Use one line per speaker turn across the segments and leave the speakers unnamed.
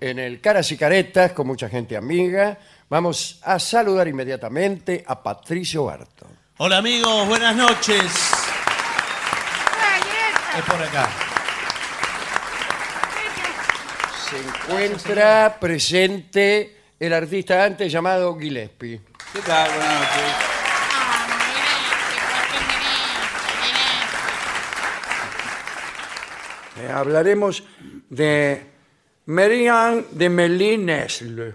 en el Caras y Caretas con mucha gente amiga. Vamos a saludar inmediatamente a Patricio Barto.
Hola amigos, buenas noches. Es por acá.
Se encuentra presente el artista antes llamado Gillespie.
¿Qué tal? Buenas noches.
Eh, hablaremos de Marianne de Mélinesle.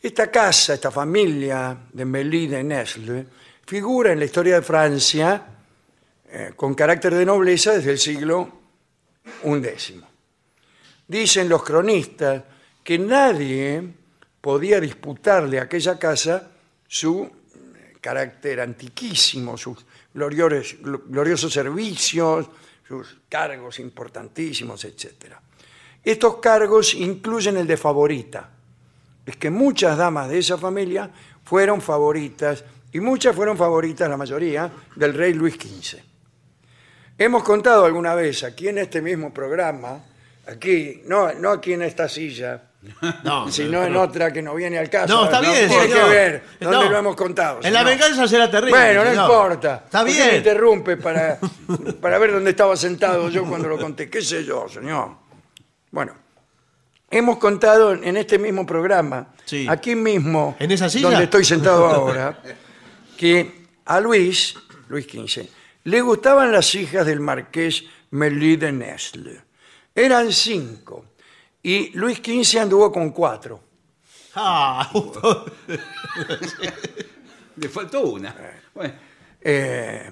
Esta casa, esta familia de Mélinesle, figura en la historia de Francia eh, con carácter de nobleza desde el siglo XI. Dicen los cronistas que nadie podía disputarle a aquella casa su eh, carácter antiquísimo, sus gloriores- glo- gloriosos servicios, sus cargos importantísimos, etc. Estos cargos incluyen el de favorita. Es que muchas damas de esa familia fueron favoritas, y muchas fueron favoritas, la mayoría, del rey Luis XV. Hemos contado alguna vez aquí en este mismo programa, aquí, no, no aquí en esta silla,
No,
sino en otra que no viene al caso.
No, está bien,
Tiene
señor.
que ver dónde
No.
lo hemos contado.
En la
señor.
venganza será terrible.
Bueno, no
señor.
importa.
Está
¿Por qué me
bien.
interrumpe para, para ver dónde estaba sentado yo cuando lo conté. ¿Qué sé yo, señor? Bueno, hemos contado en este mismo programa,
Sí.
aquí mismo,
¿En esa silla?
donde estoy sentado ahora, que a Luis, Luis XV, le gustaban las hijas del marqués Melly de Nestle. Eran cinco. Y Luis XV anduvo con cuatro.
Ah, justo.
Le faltó una. Bueno,
Eh,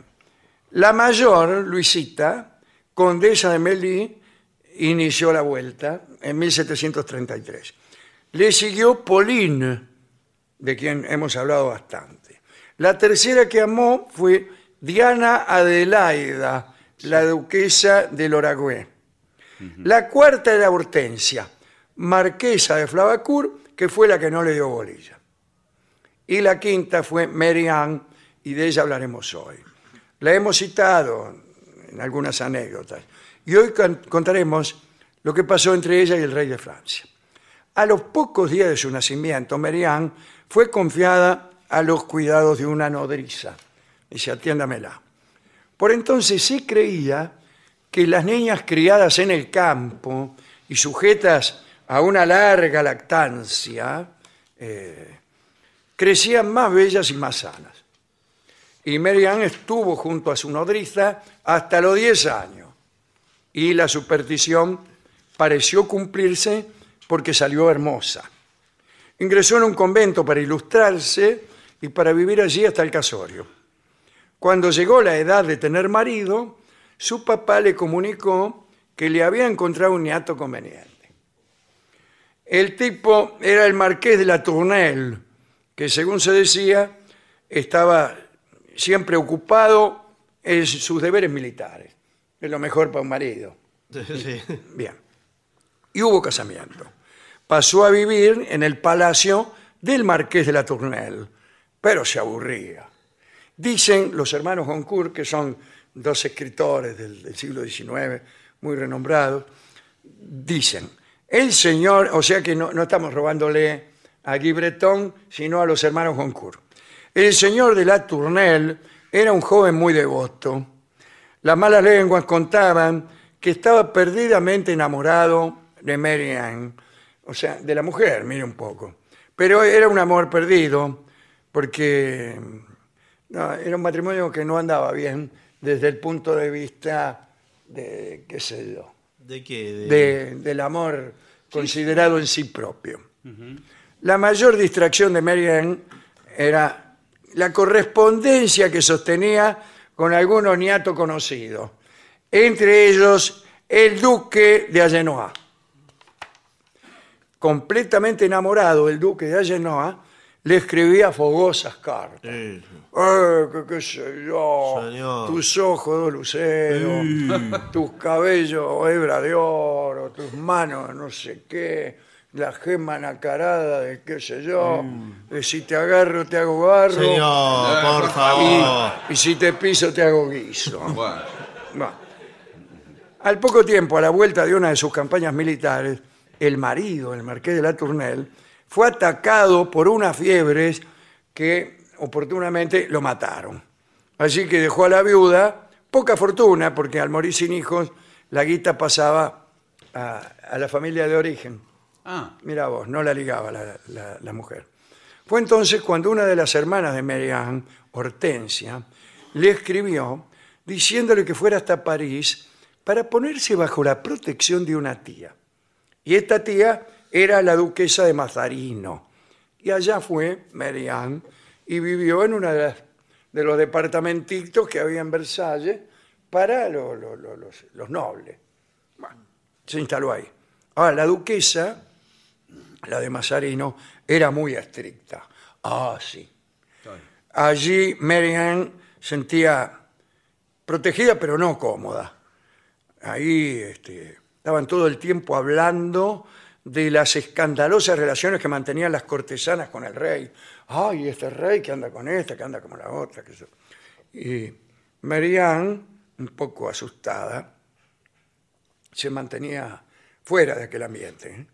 la mayor, Luisita, condesa de Melí, inició la vuelta en 1733. Le siguió Pauline, de quien hemos hablado bastante. La tercera que amó fue Diana Adelaida, la duquesa de Loragüé. La cuarta era Hortensia, marquesa de Flavacourt, que fue la que no le dio bolilla y la quinta fue Mary Ann, y de ella hablaremos hoy. La hemos citado en algunas anécdotas, y hoy can- contaremos lo que pasó entre ella y el rey de Francia. A los pocos días de su nacimiento, Mary Ann fue confiada a los cuidados de una nodriza. Dice, atiéndamela. Por entonces se creía que las niñas criadas en el campo y sujetas a una larga lactancia, crecían más bellas y más sanas. Y Mary Ann estuvo junto a su nodriza hasta los 10 años. Y la superstición pareció cumplirse porque salió hermosa. Ingresó en un convento para ilustrarse y para vivir allí hasta el casorio. Cuando llegó la edad de tener marido, su papá le comunicó que le había encontrado un hiato conveniente. El tipo era el marqués de la Tournelle, que según se decía, estaba siempre ocupado en sus deberes militares. Es lo mejor para un marido.
Sí.
Bien. Y hubo casamiento. Pasó a vivir en el palacio del marqués de la Tournelle, pero se aburría. Dicen los hermanos Goncourt, que son dos escritores del, del siglo XIX, muy renombrados, dicen, el señor, o sea que no, no estamos robándole a Guy Breton, sino a los hermanos Goncourt. El señor de la Tournelle era un joven muy devoto. Las malas lenguas contaban que estaba perdidamente enamorado de Mary Ann, o sea, de la mujer, mire un poco. Pero era un amor perdido, porque no, era un matrimonio que no andaba bien desde el punto de vista de, qué sé yo,
¿De qué? De-
de- del amor considerado en sí propio. La mayor distracción de Mary Ann era la correspondencia que sostenía con algún oniato conocido, entre ellos el duque de Agenois. completamente enamorado del duque de Agenoa, le escribía fogosas cartas.
Eh,
Eh, qué, qué sé yo,
Señor.
tus ojos dos luceros, tus cabellos hebra de oro, tus manos no sé qué, la gema nacarada de qué sé yo, eh, si te agarro te hago barro
Mm. Señor, por favor.
y si te piso te hago guiso.
Bueno,
Bueno. Al poco tiempo, a la vuelta de una de sus campañas militares, el marido, el marqués de la Tournelle, fue atacado por unas fiebres que oportunamente lo mataron. Así que dejó a la viuda poca fortuna, porque al morir sin hijos, la guita pasaba a, a la familia de origen.
Ah,
Mira vos, no la ligaba la, la- la mujer. Fue entonces cuando una de las hermanas de Mary Ann, Hortensia, le escribió diciéndole que fuera hasta París para ponerse bajo la protección de una tía. Y esta tía era la duquesa de Mazarino. Y allá fue Mary Ann y vivió en uno de, las- de los departamentitos que había en Versalles para lo- lo- lo- los- los nobles se instaló ahí. Ahora, la duquesa, la de Mazarino, era muy estricta. Ah, sí. Allí Mary Ann sentía protegida, pero no cómoda. Ahí este, estaban todo el tiempo hablando de las escandalosas relaciones que mantenían las cortesanas con el rey. Ay, este rey que anda con esta, que anda con la otra. Que Y Mary Ann, un poco asustada, se mantenía fuera de aquel ambiente. ¿eh?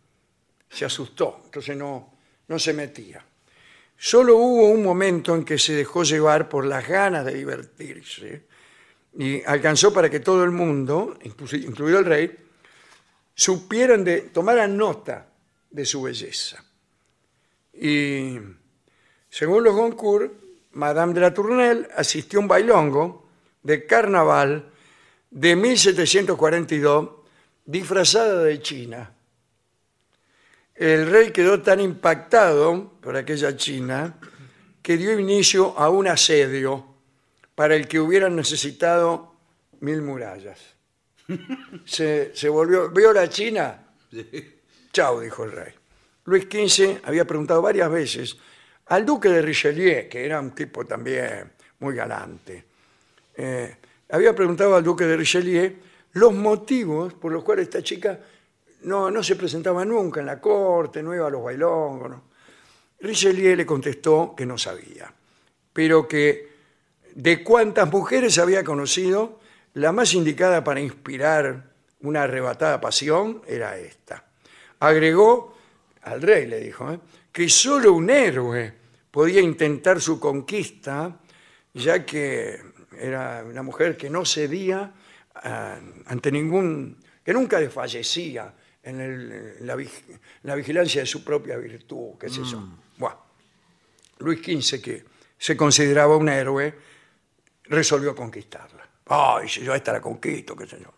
Se asustó, entonces no, no se metía. Solo hubo un momento en que se dejó llevar por las ganas de divertirse y alcanzó para que todo el mundo, inclusi- incluido el rey, supieran de, tomaran nota de su belleza. Y según los Goncourt, Madame de la Tournelle asistió a un bailongo de carnaval de 1742 disfrazada de China. El rey quedó tan impactado por aquella China que dio inicio a un asedio para el que hubieran necesitado mil murallas. Se, se volvió, vio la China,
sí.
Chao, dijo el rey. Luis XV había preguntado varias veces al duque de Richelieu, que era un tipo también muy galante, eh, había preguntado al duque de Richelieu los motivos por los cuales esta chica no, no se presentaba nunca en la corte, no iba a los bailongos. ¿no? Richelieu le contestó que no sabía, pero que de cuántas mujeres había conocido, la más indicada para inspirar una arrebatada pasión era esta. Agregó al rey, le dijo, ¿eh? que solo un héroe podía intentar su conquista, ya que era una mujer que no cedía ah, ante ningún, que nunca desfallecía en, el- en la, vig- la vigilancia de su propia virtud, qué sé yo. Buah. Luis XV, que se consideraba un héroe, resolvió conquistarla. Ay, si yo a esta la conquisto, qué sé yo.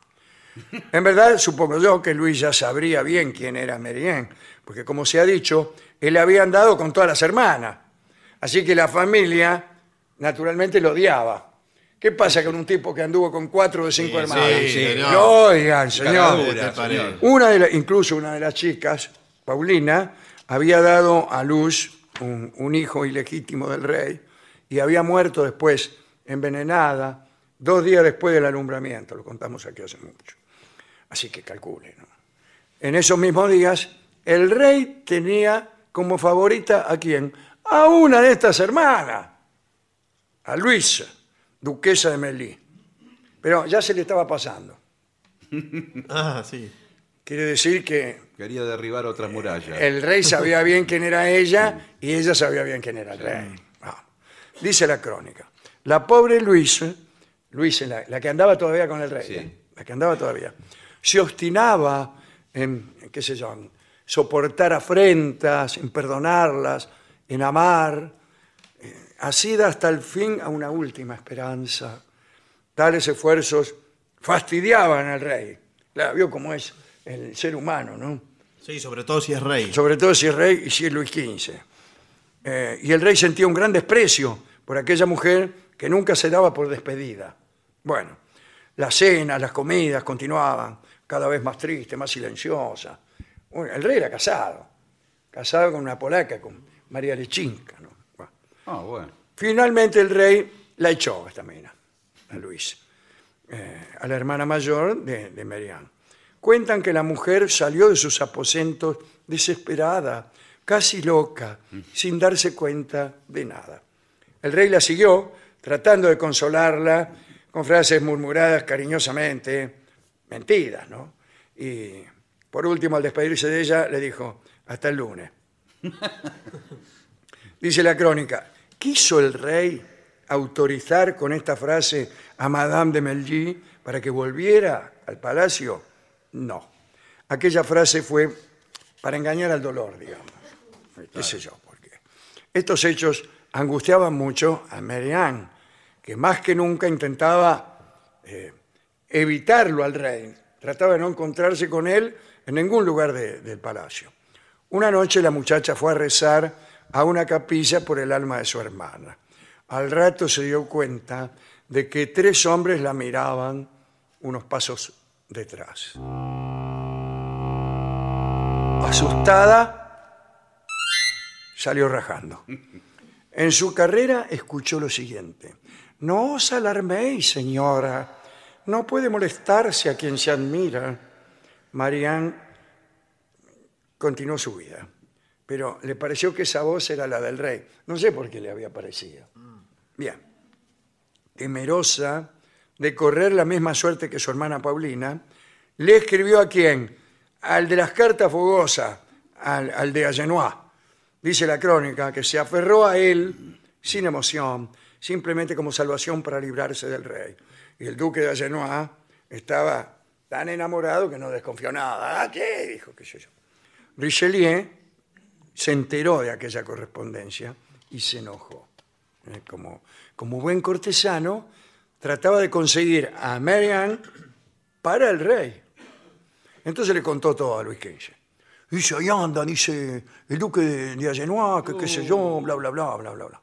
En verdad, supongo yo que Luis ya sabría bien quién era Merien, porque como se ha dicho, él había andado con todas las hermanas. Así que la familia, naturalmente, lo odiaba. ¿Qué pasa con un tipo que anduvo con cuatro o cinco
Sí,
hermanas?
sí, señor.
Lo odian,
Caradura,
señor.
te paré.
señor.
Una de la- incluso una de las chicas, Paulina, había dado a luz un, un hijo ilegítimo del rey y había muerto después, envenenada, dos días después del alumbramiento, lo contamos aquí hace mucho. Así que calcule. ¿no? En esos mismos días, el rey tenía como favorita a quién? A una de estas hermanas, a Luisa, duquesa de Melí. Pero ya se le estaba pasando.
Ah, sí.
Quiere decir que
Quería derribar otras murallas.
El rey sabía bien quién era ella y ella sabía bien quién era el rey. Ah. Dice la crónica. La pobre Luisa, Luisa, la, la que andaba todavía con el rey,
Sí.
¿eh? la que andaba todavía, se obstinaba en, qué sé yo, en soportar afrentas, en perdonarlas, en amar, eh, asida hasta el fin a una última esperanza. Tales esfuerzos fastidiaban al rey. La vio como es el ser humano, ¿no?
Sí, sobre todo si es rey.
sobre todo si es rey y si es Luis XV. Eh, y el rey sentía un gran desprecio por aquella mujer que nunca se daba por despedida. Bueno, las cenas, las comidas continuaban, cada vez más triste, más silenciosa. Bueno, el rey era casado, casado con una polaca, con María Lechinka. ¿no? Bueno.
Ah, bueno.
Finalmente el rey la echó a esta mina, a Luis, eh, a la hermana mayor de, de Mary Ann. Cuentan que la mujer salió de sus aposentos desesperada, casi loca, sin darse cuenta de nada. El rey la siguió, tratando de consolarla con frases murmuradas cariñosamente, mentiras, ¿no? Y por último, al despedirse de ella, le dijo, hasta el lunes. Dice la crónica, ¿quiso el rey autorizar con esta frase a Madame de Melgy para que volviera al palacio? No. Aquella frase fue para engañar al dolor, digamos. Qué sé yo por qué. Estos hechos angustiaban mucho a Mary Ann, que más que nunca intentaba eh, evitarlo al rey. Trataba de no encontrarse con él en ningún lugar de- del palacio. Una noche la muchacha fue a rezar a una capilla por el alma de su hermana. Al rato se dio cuenta de que tres hombres la miraban unos pasos detrás. Asustada, salió rajando. En su carrera escuchó lo siguiente. No os alarméis, señora. No puede molestarse a quien se admira. Marianne continuó su vida, pero le pareció que esa voz era la del rey. No sé por qué le había parecido. Bien. Temerosa de correr la misma suerte que su hermana Paulina, le escribió a quién? Al de las cartas fogosas, al, al de Agenois. Dice la crónica que se aferró a él sin emoción, simplemente como salvación para librarse del rey. Y el duque de Agenois estaba tan enamorado que no desconfió nada. ¿Ah, qué? Dijo, qué sé yo. Richelieu se enteró de aquella correspondencia y se enojó. Eh, Como, como buen cortesano, trataba de conseguir a Marianne para el rey. Entonces le contó todo a Luis XV. Dice, ahí andan, dice el duque de, de Agenois, que qué sé yo, bla, bla, bla, bla, bla, bla.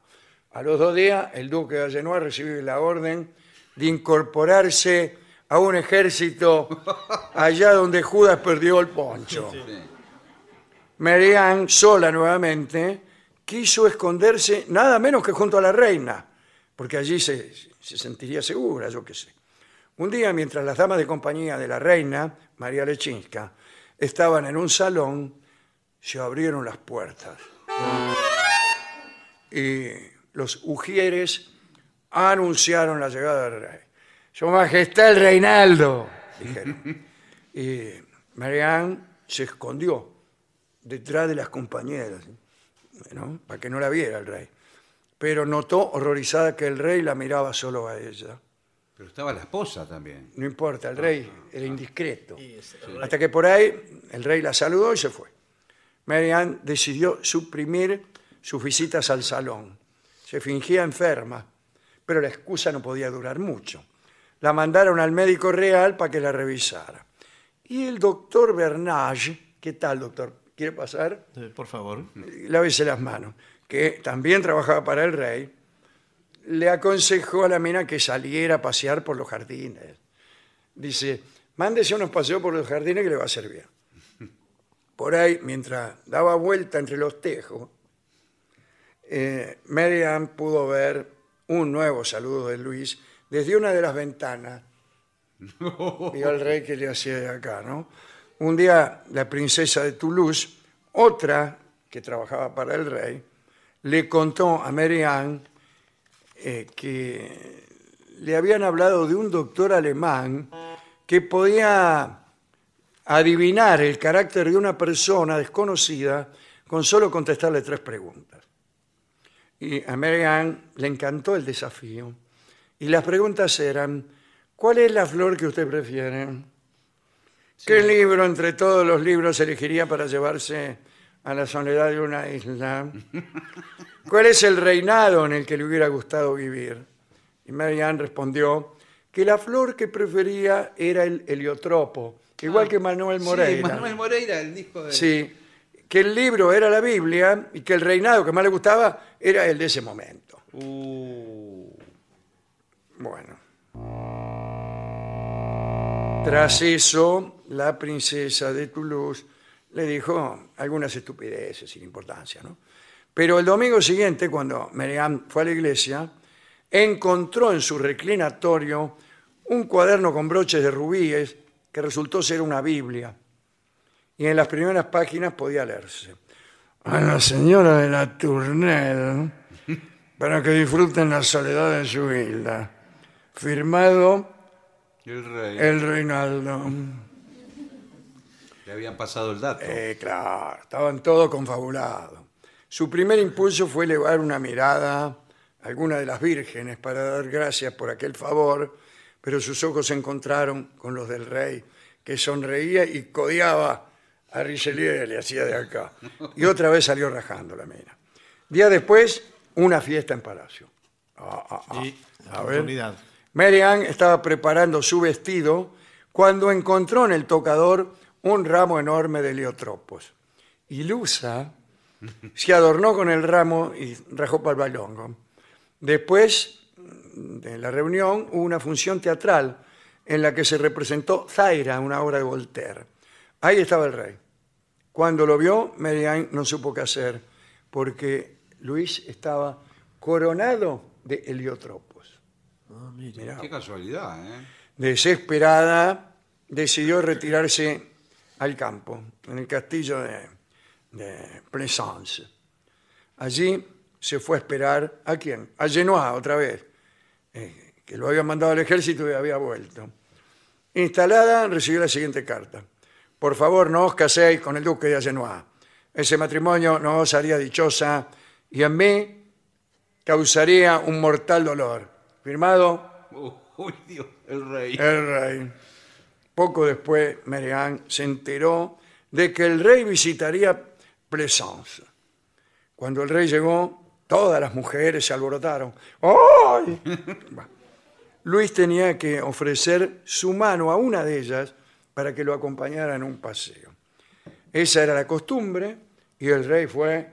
A los dos días, el duque de Agenois recibió la orden de incorporarse a un ejército allá donde Judas perdió el poncho. Mary Ann, sola nuevamente, quiso esconderse nada menos que junto a la reina, porque allí se, se sentiría segura, yo qué sé. Un día, mientras las damas de compañía de la reina, María Lechinska, estaban en un salón, se abrieron las puertas. Y los ujieres anunciaron la llegada del rey. Su Majestad el Reinaldo, dijeron. Y Marianne se escondió detrás de las compañeras, ¿no? para que no la viera el rey. Pero notó horrorizada que el rey la miraba solo a ella.
Pero estaba la esposa también.
No importa, el rey era indiscreto. Hasta que por ahí el rey la saludó y se fue. Mary Ann decidió suprimir sus visitas al salón. Se fingía enferma, pero la excusa no podía durar mucho. La mandaron al médico real para que la revisara. Y el doctor Bernage, ¿qué tal, doctor? ¿Quiere pasar?
Eh, Por favor.
lávese las manos, que también trabajaba para el rey, le aconsejó a la mina que saliera a pasear por los jardines. Dice, mándese unos paseos por los jardines que le va a servir. Por ahí, mientras daba vuelta entre los tejos, eh, Mary Ann pudo ver un nuevo saludo de Luis desde una de las ventanas. Vio al rey que le hacía de acá, ¿no? Un día la princesa de Toulouse, otra que trabajaba para el rey, le contó a Mary Ann eh, que le habían hablado de un doctor alemán que podía adivinar el carácter de una persona desconocida con solo contestarle tres preguntas. Y a Mary Ann le encantó el desafío. Y las preguntas eran, ¿cuál es la flor que usted prefiere? ¿Qué libro entre todos los libros elegiría para llevarse a la soledad de una isla? ¿Cuál es el reinado en el que le hubiera gustado vivir? Y Mary Ann respondió que la flor que prefería era el heliotropo, igual que Manuel Moreira.
Ah, Sí, Manuel Moreira, el disco de.
Sí, que el libro era la Biblia y que el reinado que más le gustaba era el de ese momento.
Uh.
Bueno. Tras eso, la princesa de Toulouse le dijo algunas estupideces sin importancia, ¿no? Pero el domingo siguiente, cuando Marianne fue a la iglesia, encontró en su reclinatorio un cuaderno con broches de rubíes que resultó ser una Biblia. Y en las primeras páginas podía leerse. A la señora de la Tournelle, para que disfruten la soledad de su isla. Firmado
El rey.
el Reinaldo.
Le habían pasado el dato.
Eh, claro, estaban todos confabulados. Su primer impulso fue elevar una mirada a alguna de las vírgenes para dar gracias por aquel favor, pero sus ojos se encontraron con los del rey, que sonreía y codiaba a Richelieu, le hacía de acá. Y otra vez salió rajando la mina. Día después, una fiesta en palacio. Ah, ah, ah.
Y la
A ver.
oportunidad.
Mary Ann estaba preparando su vestido cuando encontró en el tocador un ramo enorme de leotropos. Ilusa se adornó con el ramo y rajó para el balongo. Después de la reunión hubo una función teatral en la que se representó Zaira, una obra de Voltaire. Ahí estaba el rey. Cuando lo vio, Mary Ann no supo qué hacer, porque Luis estaba coronado de heliotropos.
Ah, mire.
Mirá,
Qué casualidad, ¿eh?
desesperada, decidió retirarse al campo, en el castillo de, de Plaisance. Allí se fue a esperar a quién? A Genoa, otra vez, eh, que lo había mandado al ejército y había vuelto. Instalada, recibió la siguiente carta. Por favor, no os caséis con el duque de Agenois. Ese matrimonio no os haría dichosa y a mí causaría un mortal dolor. Firmado
Uh, uy, Dios, el rey.
el rey. Poco después, Mary Ann se enteró de que el rey visitaría Plaisance. Cuando el rey llegó, todas las mujeres se alborotaron. ¡Ay! Bueno, Luis tenía que ofrecer su mano a una de ellas para que lo acompañara en un paseo. Esa era la costumbre y el rey fue,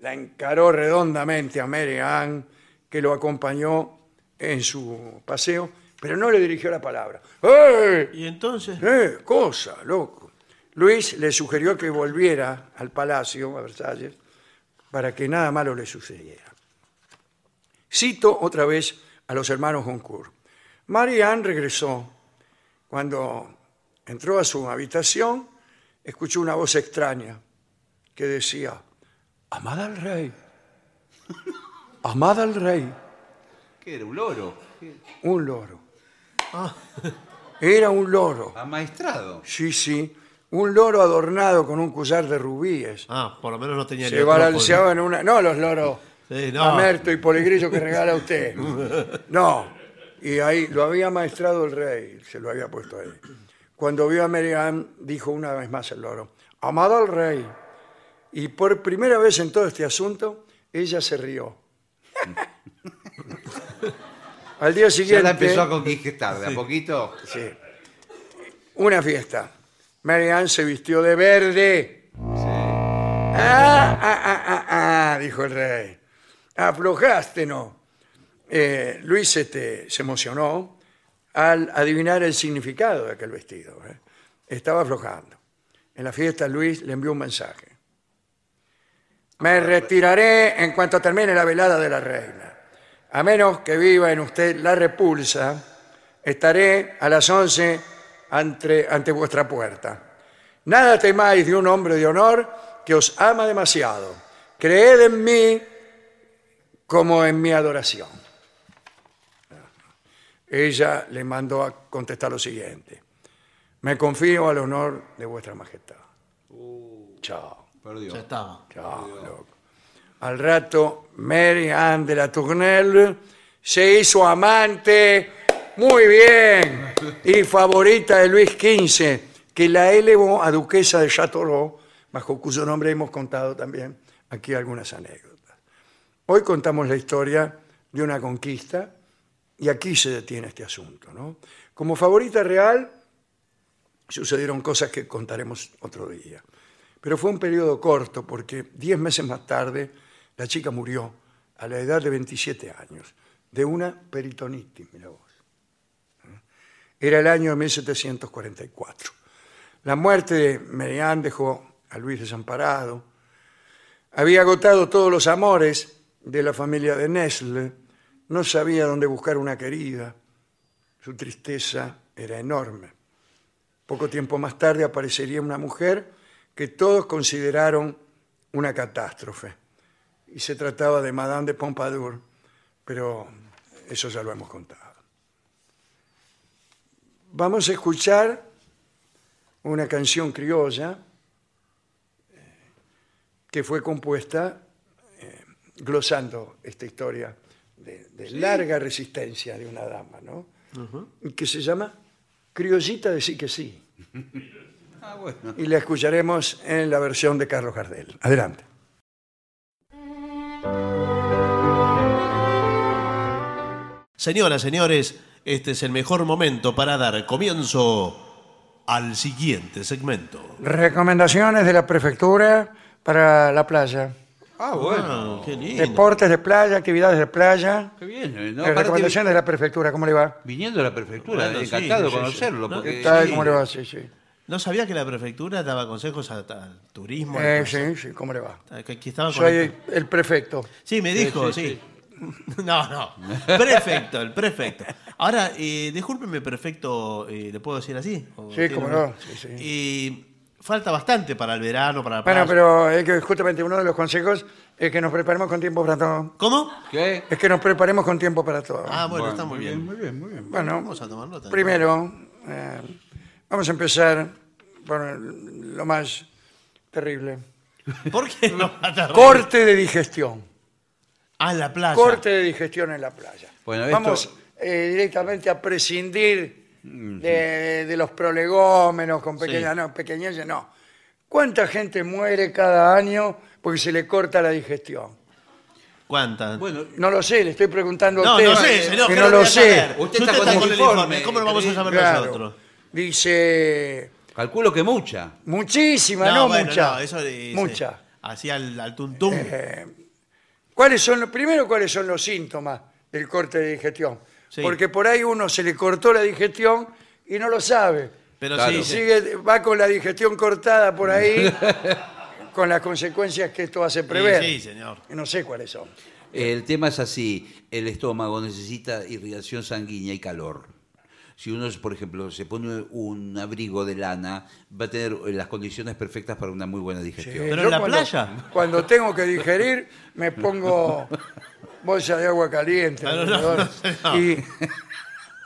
la encaró redondamente a Mary Ann, que lo acompañó en su paseo, pero no le dirigió la palabra. ¡Ey!
Y entonces,
Eh, cosa, loco. Luis le sugirió que volviera al palacio, a Versalles, para que nada malo le sucediera. Cito otra vez a los hermanos Goncourt. Marianne regresó. Cuando entró a su habitación, escuchó una voz extraña que decía, Amada al rey, amada al rey,
¿Qué era? ¿Un loro? ¿Qué?
un loro. Era un loro.
Amaestrado.
Sí, sí. Un loro adornado con un collar de rubíes.
ah, por lo menos no tenía
Se
heliotrópolis.
balanceaba en una. No, los loros.
Sí, no.
Mamerto y poligrillo que regala usted. No. Y ahí lo había maestrado el rey, se lo había puesto ahí. Cuando vio a Mary Ann, dijo una vez más el loro: Amado al rey. Y por primera vez en todo este asunto, ella se rió. al día siguiente.
Ya la empezó a conquistar de a poquito.
¿eh? Sí. Una fiesta. Mary Ann se vistió de verde. Ah, ah, ah, ah, ah, dijo el rey. Aflojaste, no. Eh, Luis este, se emocionó al adivinar el significado de aquel vestido. ¿eh? Estaba aflojando. En la fiesta Luis le envió un mensaje. Me retiraré en cuanto termine la velada de la reina. A menos que viva en usted la repulsa, estaré a las 11 ante, ante vuestra puerta. Nada temáis de un hombre de honor que os ama demasiado. Creed en mí como en mi adoración. Ella le mandó a contestar lo siguiente. Me confío al honor de vuestra majestad. Chao.
Perdió.
Ya estaba.
Chao, loco. Al rato, Mary Ann de la Tournelle se hizo amante, muy bien, y favorita de Luis XV, que la elevó a duquesa de Châteauroux, bajo cuyo nombre hemos contado también aquí algunas anécdotas. Hoy contamos la historia de una conquista y aquí se detiene este asunto. ¿no? Como favorita real sucedieron cosas que contaremos otro día. Pero fue un periodo corto porque diez meses más tarde la chica murió a la edad de 27 años de una peritonitis, mira vos. Era el año 1744. La muerte de Merian dejó a Luis desamparado. Había agotado todos los amores de la familia de Nestle. No sabía dónde buscar una querida. Su tristeza era enorme. Poco tiempo más tarde aparecería una mujer que todos consideraron una catástrofe. Y se trataba de Madame de Pompadour, pero eso ya lo hemos contado. Vamos a escuchar una canción criolla eh, que fue compuesta eh, glosando esta historia de, de larga resistencia de una dama, ¿no? Y Que se llama Criollita de sí que sí.
Ah, bueno.
Y la escucharemos en la versión de Carlos Gardel. Adelante.
Señoras, señores, este es el mejor momento para dar comienzo al siguiente segmento.
Recomendaciones de la prefectura para la playa.
Ah, bueno.
Ah, qué lindo.
Deportes de playa, actividades de playa.
Qué bien. eh,
Eh,
No, Aparte,
recomendaciones de la prefectura, ¿cómo le va?
Viniendo a la prefectura,
Bueno, sí,
encantado de
sí, sí.
conocerlo.
No,
porque-
¿Qué tal?
Eh, sí.
¿Cómo le va? Sí, sí.
No sabía que la prefectura daba consejos a- al turismo.
Eh,
al-
sí, sí, ¿cómo le va?
a- Ah, que aquí estaba con
Soy
el-
el prefecto.
Sí, me dijo, sí. No, no. Prefecto, el prefecto. Ahora, eh, discúlpeme, prefecto, eh, ¿le puedo decir así? ¿O
Sí,
tiene
cómo
un-
no, sí, sí.
Y falta bastante para el verano, para la
Bueno,
playa.
pero es que justamente uno de los consejos es que nos preparemos con tiempo para todo.
¿Cómo?
¿Qué?
Es que nos preparemos con tiempo para todo.
Ah, bueno, está muy bien.
Muy bien, muy bien.
bueno,
Vamos a tomar nota.
primero, eh, vamos a empezar por el- lo más terrible.
¿Por qué no va a tardar?
Corte de digestión.
Ah, en la playa.
Corte de digestión en la playa.
Bueno, esto-
vamos eh, directamente a prescindir de, de los prolegómenos con pequeñas,
Sí.
no, pequeñeces, no. ¿Cuánta gente muere cada año porque se le corta la digestión?
¿Cuántas?
Bueno,
No lo sé, le estoy preguntando a
no,
usted.
no sé, señor.
que
¿qué
no
voy
lo
a
sé.
saber?
Usted está con
con
el
el informe.
informe,
¿Cómo lo vamos a saber
Claro.
nosotros?
Dice
calculo que mucha.
muchísima, no,
bueno,
mucha.
no, eso es,
mucha. Eh,
Así al, al tuntum.
¿Cuáles son los- primero cuáles son los síntomas del corte de digestión?
Sí.
Porque por ahí uno se le cortó la digestión y no lo sabe.
pero
claro.
sí,
Y
sí.
sigue, va con la digestión cortada por ahí, con las consecuencias que esto hace prever.
Sí, sí, señor.
Y No sé cuáles son.
El tema es así, el estómago necesita irrigación sanguínea y calor. Si uno, por ejemplo, se pone un abrigo de lana, va a tener eh, las condiciones perfectas para una muy buena digestión.
Pero
Eh, Yo
en la
cuando-
playa.
Cuando tengo que digerir, me pongo bolsa de agua caliente.
Pero Ah, no,
alrededor,
no, no.
Y,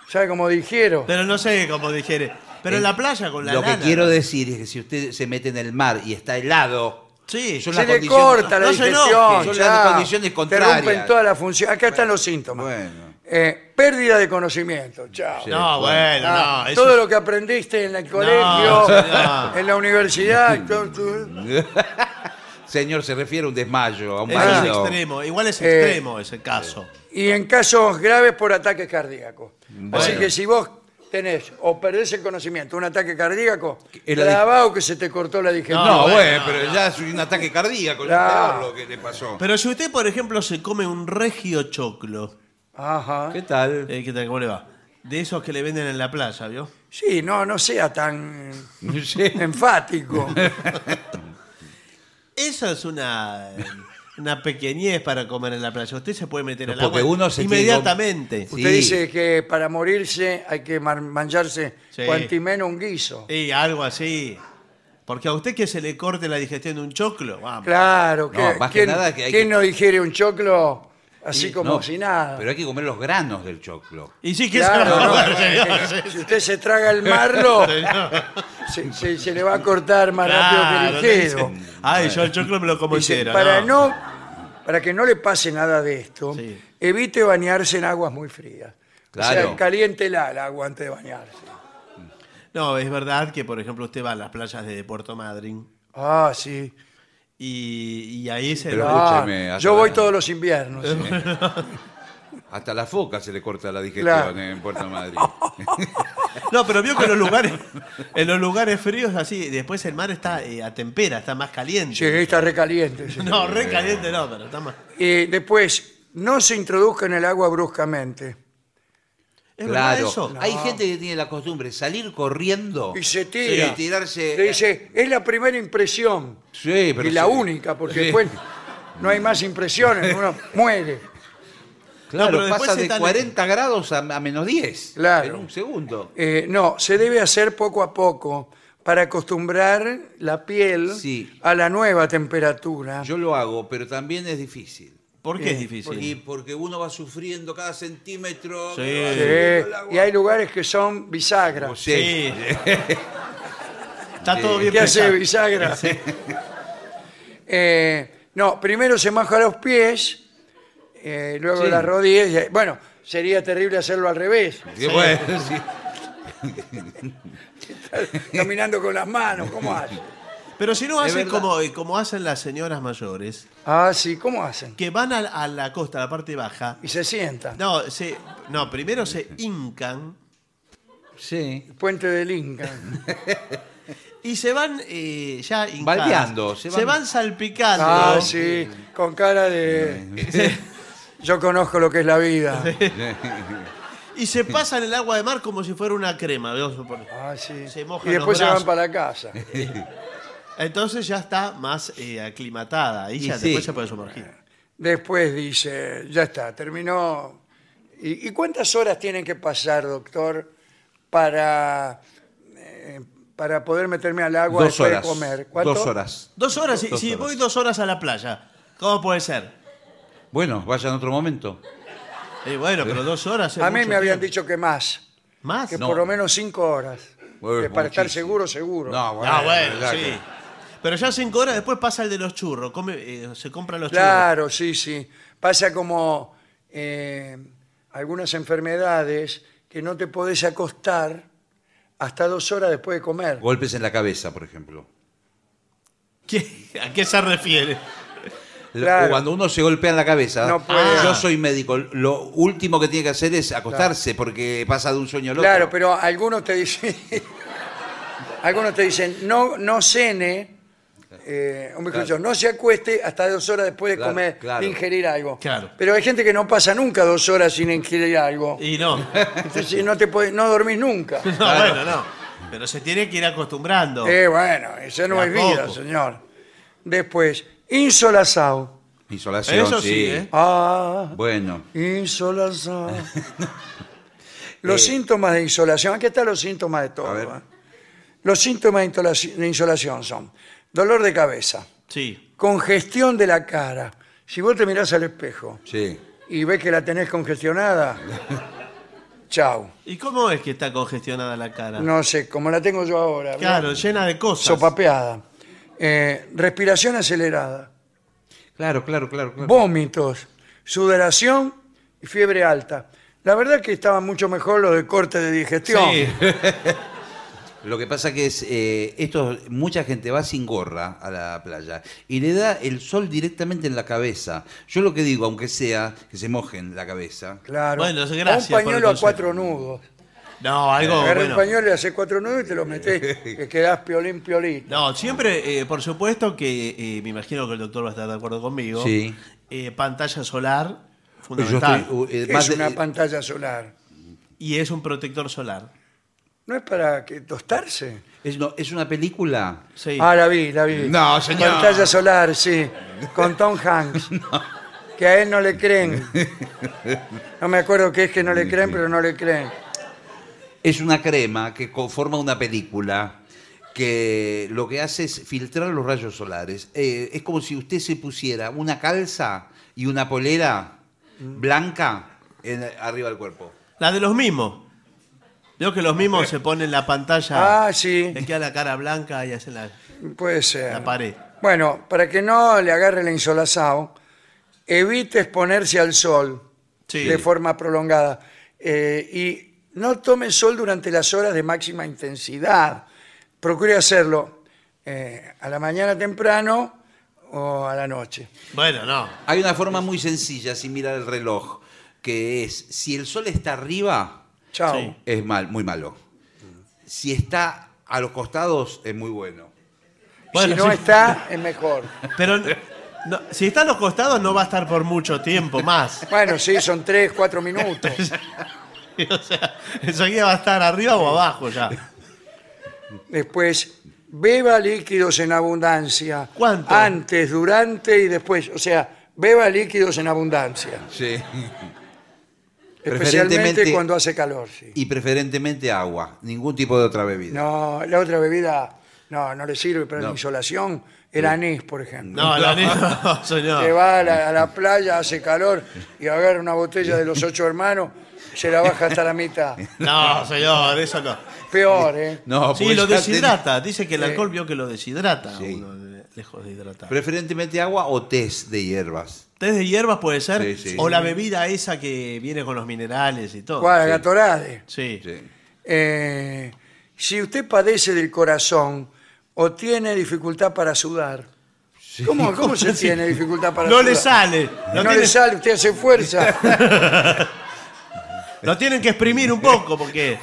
¿sabe cómo digiero?
Pero no sé cómo dijere. Pero
Eh,
en la playa con la
Lo
lana.
que quiero decir es que si usted se mete en el mar y está helado,
Sí.
Yo
Se
las
le
condiciones-
corta la
no se
digestión.
enoje, son
ya.
las condiciones
Te rompen
contrarias.
toda la función. Acá están los síntomas.
bueno.
Eh, pérdida de conocimiento. Chao.
Sí.
No, bueno,
Ah,
no. eso-
todo lo que aprendiste en el colegio,
señor.
en la universidad, todo- todo-
Señor, se refiere a un desmayo, a un
eso es
mareo.
extremo. Igual es
Eh,
extremo ese caso.
y en casos graves por ataques cardíacos. Así
Bueno.
que si vos tenés o perdés el conocimiento, un ataque cardíaco,
Era di-
clavado que se te cortó la digestión.
No,
No,
bueno,
bueno,
pero ya es un ataque cardíaco, ya
Claro.
te hablo que le pasó.
Pero si usted, por ejemplo, se come un regio choclo,
Ajá.
¿Qué tal?
eh, ¿qué tal? ¿Cómo le va? De esos que le venden en la playa, ¿vio?
Sí, no, no sea tan
Sí.
enfático.
Eso es una, una pequeñez para comer en la playa. Usted se puede meter
No,
al agua
porque uno se
inmediatamente.
tiene-
Usted
Sí.
dice que para morirse hay que mar- manjarse
Sí.
cuantimeno un guiso.
Sí, algo así. Porque a usted que se le corte la digestión de un choclo, vamos.
Claro, que,
más que
¿quién,
nada que hay
quién
que-
no digiere un choclo así como
No,
si nada?
Pero hay que comer los granos del choclo.
Y sí que se
Claro,
va a
no,
comer,
eh,
señor, sí,
si usted se traga el marlo,
señor.
se, se- se le va a cortar más
Claro,
rápido que ligero.
dice, Ay, yo el choclo me lo como
Dice,
entero.
para no. para que no le pase nada de esto,
Sí.
evite bañarse en aguas muy frías. O sea,
Claro.
caliéntela el agua antes de bañarse.
No, es verdad que, por ejemplo, usted va a las playas de Puerto Madryn
Ah, sí.
y, y ahí se
pero-
va.
Ah,
escúcheme, hasta
yo voy
la-
todos los inviernos. ¿eh?
Hasta la foca se le corta la digestión
Claro.
en Puerto Madrid.
No, pero vio que en los lugares, en los lugares fríos así, después el mar está eh, a tempera, está más caliente.
Sí, está recaliente. sí.
No, re caliente no, pero está más.
Eh, después, no se introduzca en el agua bruscamente.
¿Es verdad
claro.
eso?
Hay gente que tiene la costumbre de salir corriendo
Y se tira.
y tirarse.
Le dice, es la primera impresión.
Sí, pero
y la
sí.
única, porque
Sí.
después no hay más impresiones, uno muere.
No,
Claro,
pero después
pasa
se
de
tan-
40 grados a, a menos 10.
Claro.
En un segundo.
Eh, no, se debe hacer poco a poco para acostumbrar la piel
Sí.
a la nueva temperatura.
Yo lo hago, pero también es difícil.
¿Por qué es difícil?
Y porque uno va sufriendo cada centímetro.
Sí.
que va
Sí,
subiendo el agua.
Y hay lugares que son bisagras.
Sí.
Sí. Está todo bien
¿Qué hace
pensado.
bisagra? Eh, no, primero se moja los pies, eh, luego
Sí.
las rodillas. y ahí- Bueno, sería terrible hacerlo al revés,
Sí, bueno, sí.
caminando con las manos. ¿Cómo hacen?
Pero si no
Es
hacen
verdad.
como, como hacen las señoras mayores,
Ah, sí, ¿cómo hacen?
que van a, a la costa, a la parte baja.
Y se sientan.
No, se, no primero se hincan
Sí.
Puente del Inca.
y se van eh, ya hincadas.
Baldeando, se
Se
van-
van, salpicando.
Ah, sí, con cara de... Yo conozco lo que es la vida.
Y se pasan el agua de mar como si fuera una crema, debo suponer.
Ah, sí.
Se mojan
y después
los
se van
brazos.
para la casa.
Entonces ya está más eh, aclimatada. Y
Y
ya
sí.
después se puede sumergir.
Después dice, ya está, terminó. ¿Y, y cuántas horas tienen que pasar, doctor, para, eh, para poder meterme al agua
Dos
después
horas.
de comer? ¿Cuánto?
Dos horas.
Dos horas, si,
Dos
si
horas.
voy dos horas a la playa, ¿cómo puede ser?
Bueno, vaya en otro momento.
Eh, bueno, pero dos horas. es
A mí
mucho
me habían
tiempo.
dicho que más,
¿Más?
que
No.
por lo menos cinco horas.
Bueno,
que para estar
muchísimo.
seguro, seguro.
No, bueno,
Ah, bueno,
verdad
sí.
que-
Pero ya cinco horas después pasa el de los churros. come- eh, se compran los
Claro, sí, sí. Pasa como eh, algunas enfermedades que no te podés acostar hasta dos horas después de comer.
Golpes en la cabeza, por ejemplo.
churros. ¿Qué- ¿A qué se refiere?
Lo-
Claro.
Cuando uno se golpea en la cabeza,
No puede.
yo soy médico, lo último que tiene que hacer es acostarse porque pasa de un sueño al otro.
Claro, pero algunos te dicen, algunos te dicen, no, no cene, eh, o mejor
Claro.
dicho, no se acueste hasta dos horas después de
Claro,
comer,
claro.
de ingerir algo.
Claro.
Pero hay gente que no pasa nunca dos horas sin ingerir algo.
Y no.
Entonces no te podés- no dormís nunca.
No, bueno, no. Pero se tiene que ir acostumbrando.
Eh, bueno, eso no
De a
es vida,
poco.
señor. Después, insolazado.
Insolación,
Eso sí,
sí.
¿eh?
Ah,
Bueno,
Insolación. Los
Eh.
síntomas de insolación. Aquí están los síntomas de
A
todo.
ver.
¿eh? Los síntomas de intola- de insolación son dolor de cabeza,
Sí.
congestión de la cara. Si vos te mirás al espejo
sí.
y ves que la tenés congestionada, chau.
¿Y cómo es que está congestionada la cara?
No sé, como la tengo yo ahora. ¿verdad?
Claro, llena de cosas.
Sopapeada. Eh, respiración acelerada,
Claro, claro, claro. claro.
vómitos, sudoración y fiebre alta. La verdad que estaban mucho mejor los de corte de digestión.
Sí.
Lo que pasa que es, eh, esto, mucha gente va sin gorra a la playa y le da el sol directamente en la cabeza. Yo lo que digo, aunque sea que se mojen la cabeza,
Claro.
Bueno,
O
gracias por
Un
el
pañuelo a
consejo.
cuatro nudos.
No, algo
Agarra
bueno.
un pañuelo y hace cuatro nudos y te lo metes. que quedás piolín, piolín.
No, siempre, eh, por supuesto que eh, me imagino que el doctor va a estar de acuerdo conmigo.
Sí.
Eh, pantalla solar,
yo
fundamental.
estoy, uh, eh,
es
más de-
una pantalla solar.
Y es un protector solar.
¿No es para que tostarse?
es, no, es una película.
Sí.
Ah, la vi, la vi.
No, señor.
Pantalla solar, sí. Con Tom Hanks. Que a él no le creen. No me acuerdo qué es que no le creen, pero no le creen.
Es una crema que conforma una película que lo que hace es filtrar los rayos solares. Eh, es como si usted se pusiera una calza y una polera
Mm.
blanca en- arriba del cuerpo.
La de los mismos. Veo que los mismos se ponen la pantalla.
Ah, sí.
Le queda la cara blanca y hacen la,
Puede ser.
la pared.
Bueno, para que no le agarre la insolazao, evite exponerse al sol
Sí.
de forma prolongada Eh, y no tome sol durante las horas de máxima intensidad. Procure hacerlo eh, a la mañana temprano o a la noche.
Bueno, no.
Hay una forma muy sencilla sin mirar el reloj, que es si el sol está arriba,
Chao.
Sí.
es mal, muy malo.
Mm.
Si está a los costados, es muy bueno.
Bueno,
si no
sí.
está, es mejor.
Pero no- si está a los costados no va a estar por mucho tiempo más.
Bueno, sí, son tres, cuatro minutos.
o sea, enseguida va a estar arriba o abajo ya.
Después, beba líquidos en abundancia.
¿Cuánto?
Antes, durante y después. O sea, beba líquidos en abundancia.
Sí.
Especialmente
Preferentemente-
cuando hace calor, sí.
Y preferentemente agua, ningún tipo de otra bebida.
No, la otra bebida no, no le sirve para la
No.
insolación. El anís, por ejemplo.
No, la no,
Que
señor.
va a la, a la playa, hace calor y agarra una botella de los ocho hermanos, se la baja hasta la mitad.
No, señor, eso no.
Peor, ¿eh?
No,
Sí,
porque
lo
ya
deshidrata. Dice que el alcohol vio que lo deshidrata.
Sí.
uno, lejos de hidratar.
ten- Preferentemente agua o test de hierbas.
Test de hierbas puede ser.
Sí, sí.
o la bebida esa que viene con los minerales y todo.
¿Cuál? Gatorade.
Sí.
Sí.
Eh, si usted padece del corazón o tiene dificultad para sudar, ¿cómo, cómo se tiene dificultad para
No
sudar?
le sale.
No,
Lo, tiene-
le sale, usted hace fuerza.
lo tienen que exprimir un poco porque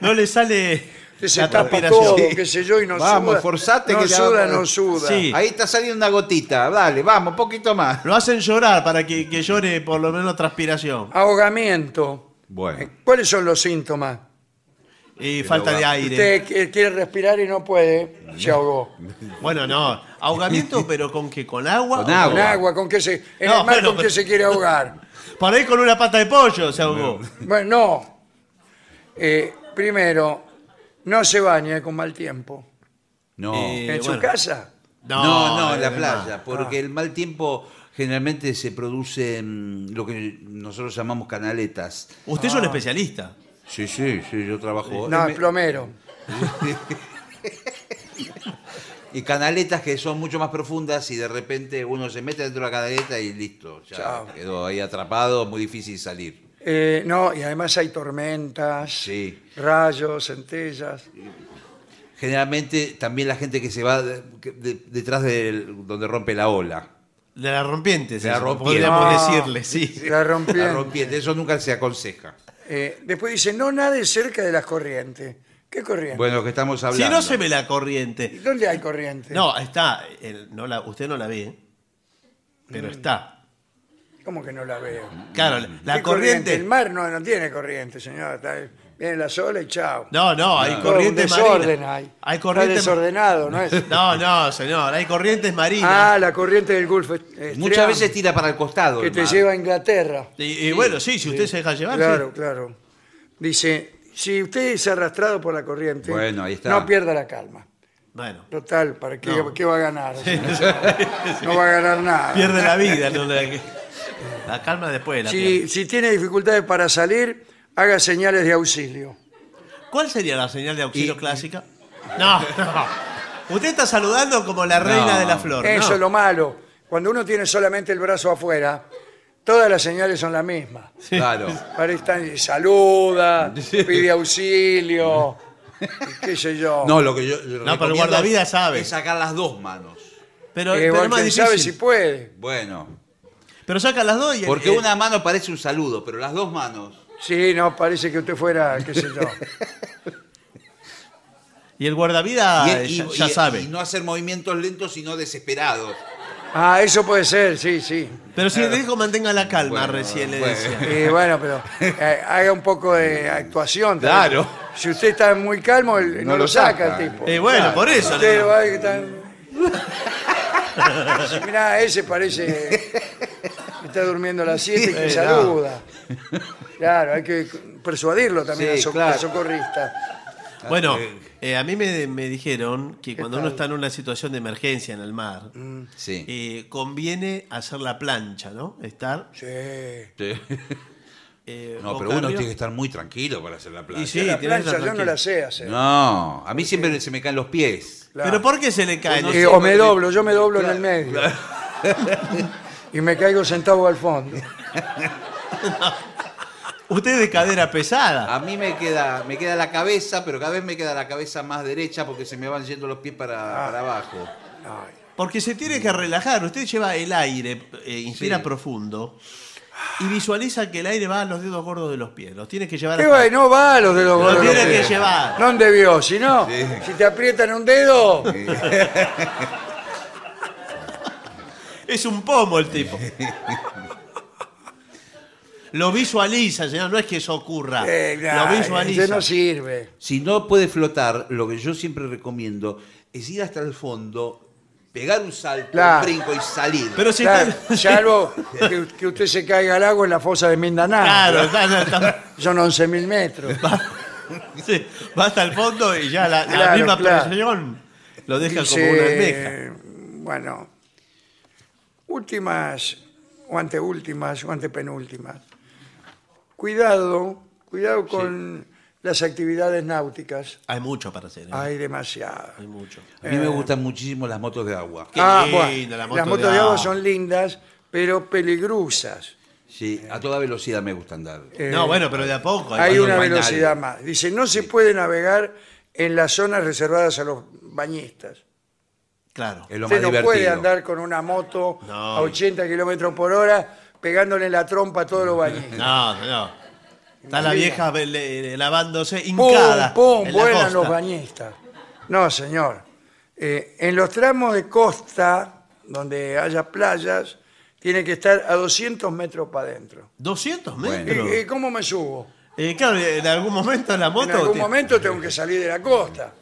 no le sale
Usted se
la
tapa
transpiración.
todo, Oh, qué sé yo, y no
Vamos,
suda.
forzate
no
que le
suda,
haga-
no suda.
Sí.
Ahí está saliendo una gotita. Dale, vamos, poquito más.
Lo hacen llorar para que, que llore por lo menos transpiración.
Ahogamiento. Eh,
Bueno,
¿Cuáles son los síntomas?
Y falta de
va.
aire.
Usted qui- quiere respirar y no puede, se ahogó.
Bueno, no. Ahogamiento, pero con que con agua.
Con
o
agua.
Con agua, ¿con qué se, en
No,
el mar,
bueno,
¿con qué
pero-
se quiere ahogar?
Por ahí con una pata de pollo se ahogó.
Bueno, no. Eh, primero, no se baña con mal tiempo.
no.
Eh,
en su
bueno.
casa.
no, no, en la
no.
playa, porque
Ah.
el mal tiempo generalmente se produce en lo que nosotros llamamos canaletas.
Usted es
Ah.
un especialista.
Sí, sí, sí, yo trabajo.
No,
en-
el plomero.
y canaletas que son mucho más profundas y de repente uno se mete dentro de la canaleta y listo, ya
Chao.
quedó ahí atrapado, muy difícil salir.
Eh, no, y además hay tormentas,
Sí.
rayos, centellas.
Generalmente también la gente que se va de- que- de- detrás de donde rompe la ola.
De la rompiente, se
la
la
rompiente.
podríamos
Ah.
decirle, sí.
La rompiente.
La rompiente, eso nunca se aconseja.
Eh, después dice, no nade cerca de las corrientes. ¿Qué corriente?
Bueno, que estamos hablando.
Si no se ve la
¿Y
corriente.
¿Dónde hay corriente?
No, está. el- no la, usted no la ve,
Mm.
pero está.
¿Cómo que no la veo?
Claro, la- la
¿Qué
corriente.
El mar no, no tiene corriente, señor. Está- viene la sola y chao.
No, no, hay
Todo
corrientes
un desorden
marinas.
hay.
Hay
Está
corrientes.
desordenado, ¿no es?
No, no, señor, hay corrientes marinas.
ah, la corriente del Gulfo. est-
Muchas
Stream,
veces tira para el costado.
Que
el
te
mar.
lleva a Inglaterra.
y, y bueno, sí, si usted se deja llevar. sí.
Claro, claro. Dice, si usted es arrastrado por la corriente,
Bueno, ahí está.
no pierda la calma.
Bueno.
Total, ¿para qué,
No.
qué va a ganar? No va a ganar nada.
Pierde la vida. ¿no? La, la calma después. La
si,
pierde.
si tiene dificultades para salir, haga señales de auxilio.
¿Cuál sería la señal de auxilio
Y-
clásica? No, no. Usted está saludando como la reina
No.
de la flor.
Eso
no.
es lo malo. Cuando uno tiene solamente el brazo afuera, todas las señales son las mismas.
Claro.
Ahora están y saluda, pide auxilio, y qué sé yo.
No, lo que yo.
No, pero el guardavidas sabe.
Es sacar las dos manos.
Pero,
Eh,
pero
bueno,
es más
quién sabe si
difícil.
puede.
Bueno.
Pero saca las dos y.
Porque
eh,
una mano parece un saludo, pero las dos manos.
Sí, no, parece que usted fuera, qué sé yo.
Y el guardavida eh,
y,
ya,
y-
ya
y-
sabe.
y no hacer movimientos lentos, sino desesperados.
Ah, eso puede ser, sí, sí.
Pero si le dijo mantenga la calma,
Bueno,
recién le
bueno.
decía.
Eh, bueno, pero eh, haga un poco de actuación. también.
Claro.
Si usted está muy calmo, el- no, lo saca, el tipo.
Eh, bueno, por eso. le
Usted
digo.
lo va a ir tan- Sí, Mirá, ese parece que está durmiendo a las 7 y que
Eh,
saluda. Claro, hay que persuadirlo también
Sí,
al, so-
claro.
al socorrista.
Bueno, eh, a mí me, me dijeron que cuando
tal?
uno está en una situación de emergencia en el mar,
Mm. Sí.
eh, conviene hacer la plancha, ¿no? Estar.
Sí.
Sí.
eh,
No,
boca
pero uno
arriba.
tiene que estar muy tranquilo para hacer la playa.
Y sí,
la
tiene que
plancha
estar
yo no
tranquilo.
la sé hacer.
No, a mí siempre se me caen los pies.
Claro.
¿Pero por qué se le cae?
Eh, o me doblo, yo me doblo en el medio. y me caigo sentado al fondo.
Usted es de cadera pesada.
A mí me queda, me queda la cabeza, pero cada vez me queda la cabeza más derecha porque se me van yendo los pies
Ah.
para, para abajo.
Ay,
Porque se tiene que relajar. Usted lleva el aire, eh, inspira
Sí.
profundo y visualiza que el aire va a los dedos gordos de los pies. Los tiene que llevar
Qué
hasta-
guay, no va a los dedos gordos.
tiene
los
que
dedos.
llevar.
No debió, si no,
Sí.
si te aprietan un dedo,
Es un pomo el tipo. Lo visualiza, señor, no es que eso ocurra.
Eh, nah,
lo visualiza.
este no sirve.
Si no puede flotar, lo que yo siempre recomiendo es ir hasta el fondo, pegar un salto,
Claro.
un brinco y salir.
Pero si
Claro,
está-
salvo que, que usted se caiga al agua en la fosa de Mindanao.
Claro, está- está- está-
Son 11.000 metros.
sí, va hasta el fondo y ya la, la
Claro,
misma
claro.
presión lo deja como una almeja.
Dice, bueno, últimas, o anteúltimas, o antepenúltimas. Cuidado, cuidado con las actividades náuticas.
Hay mucho para hacer. ¿eh?
Hay demasiado.
Hay mucho.
A mí
Eh.
me gustan muchísimo las motos de agua.
Qué lindo, la moto
Ah, las
de
motos de agua
agua.
son lindas, pero peligrosas.
Sí, a toda velocidad me gusta andar.
Eh,
no, bueno, pero de a poco.
Hay
cuando
una
no nadie.
velocidad más. Dice, no se puede navegar en las zonas reservadas a los bañistas.
Claro.
Es lo más
Usted no
divertido.
puede andar con una moto
No.
a 80 kilómetros por hora pegándole la trompa a todos los bañistas.
No, señor. Está la vieja ve- le- lavándose
¡Pum,
hincada.
pum!
en la
Vuelan
costa.
los bañistas. No, señor. Eh, en los tramos de costa, donde haya playas, tiene que estar a 200 metros para adentro.
200
¿Y-
metros.
¿Y cómo me subo?
Eh, claro, en algún momento la
eh.
moto.
En algún
te-
momento tengo que salir de la costa.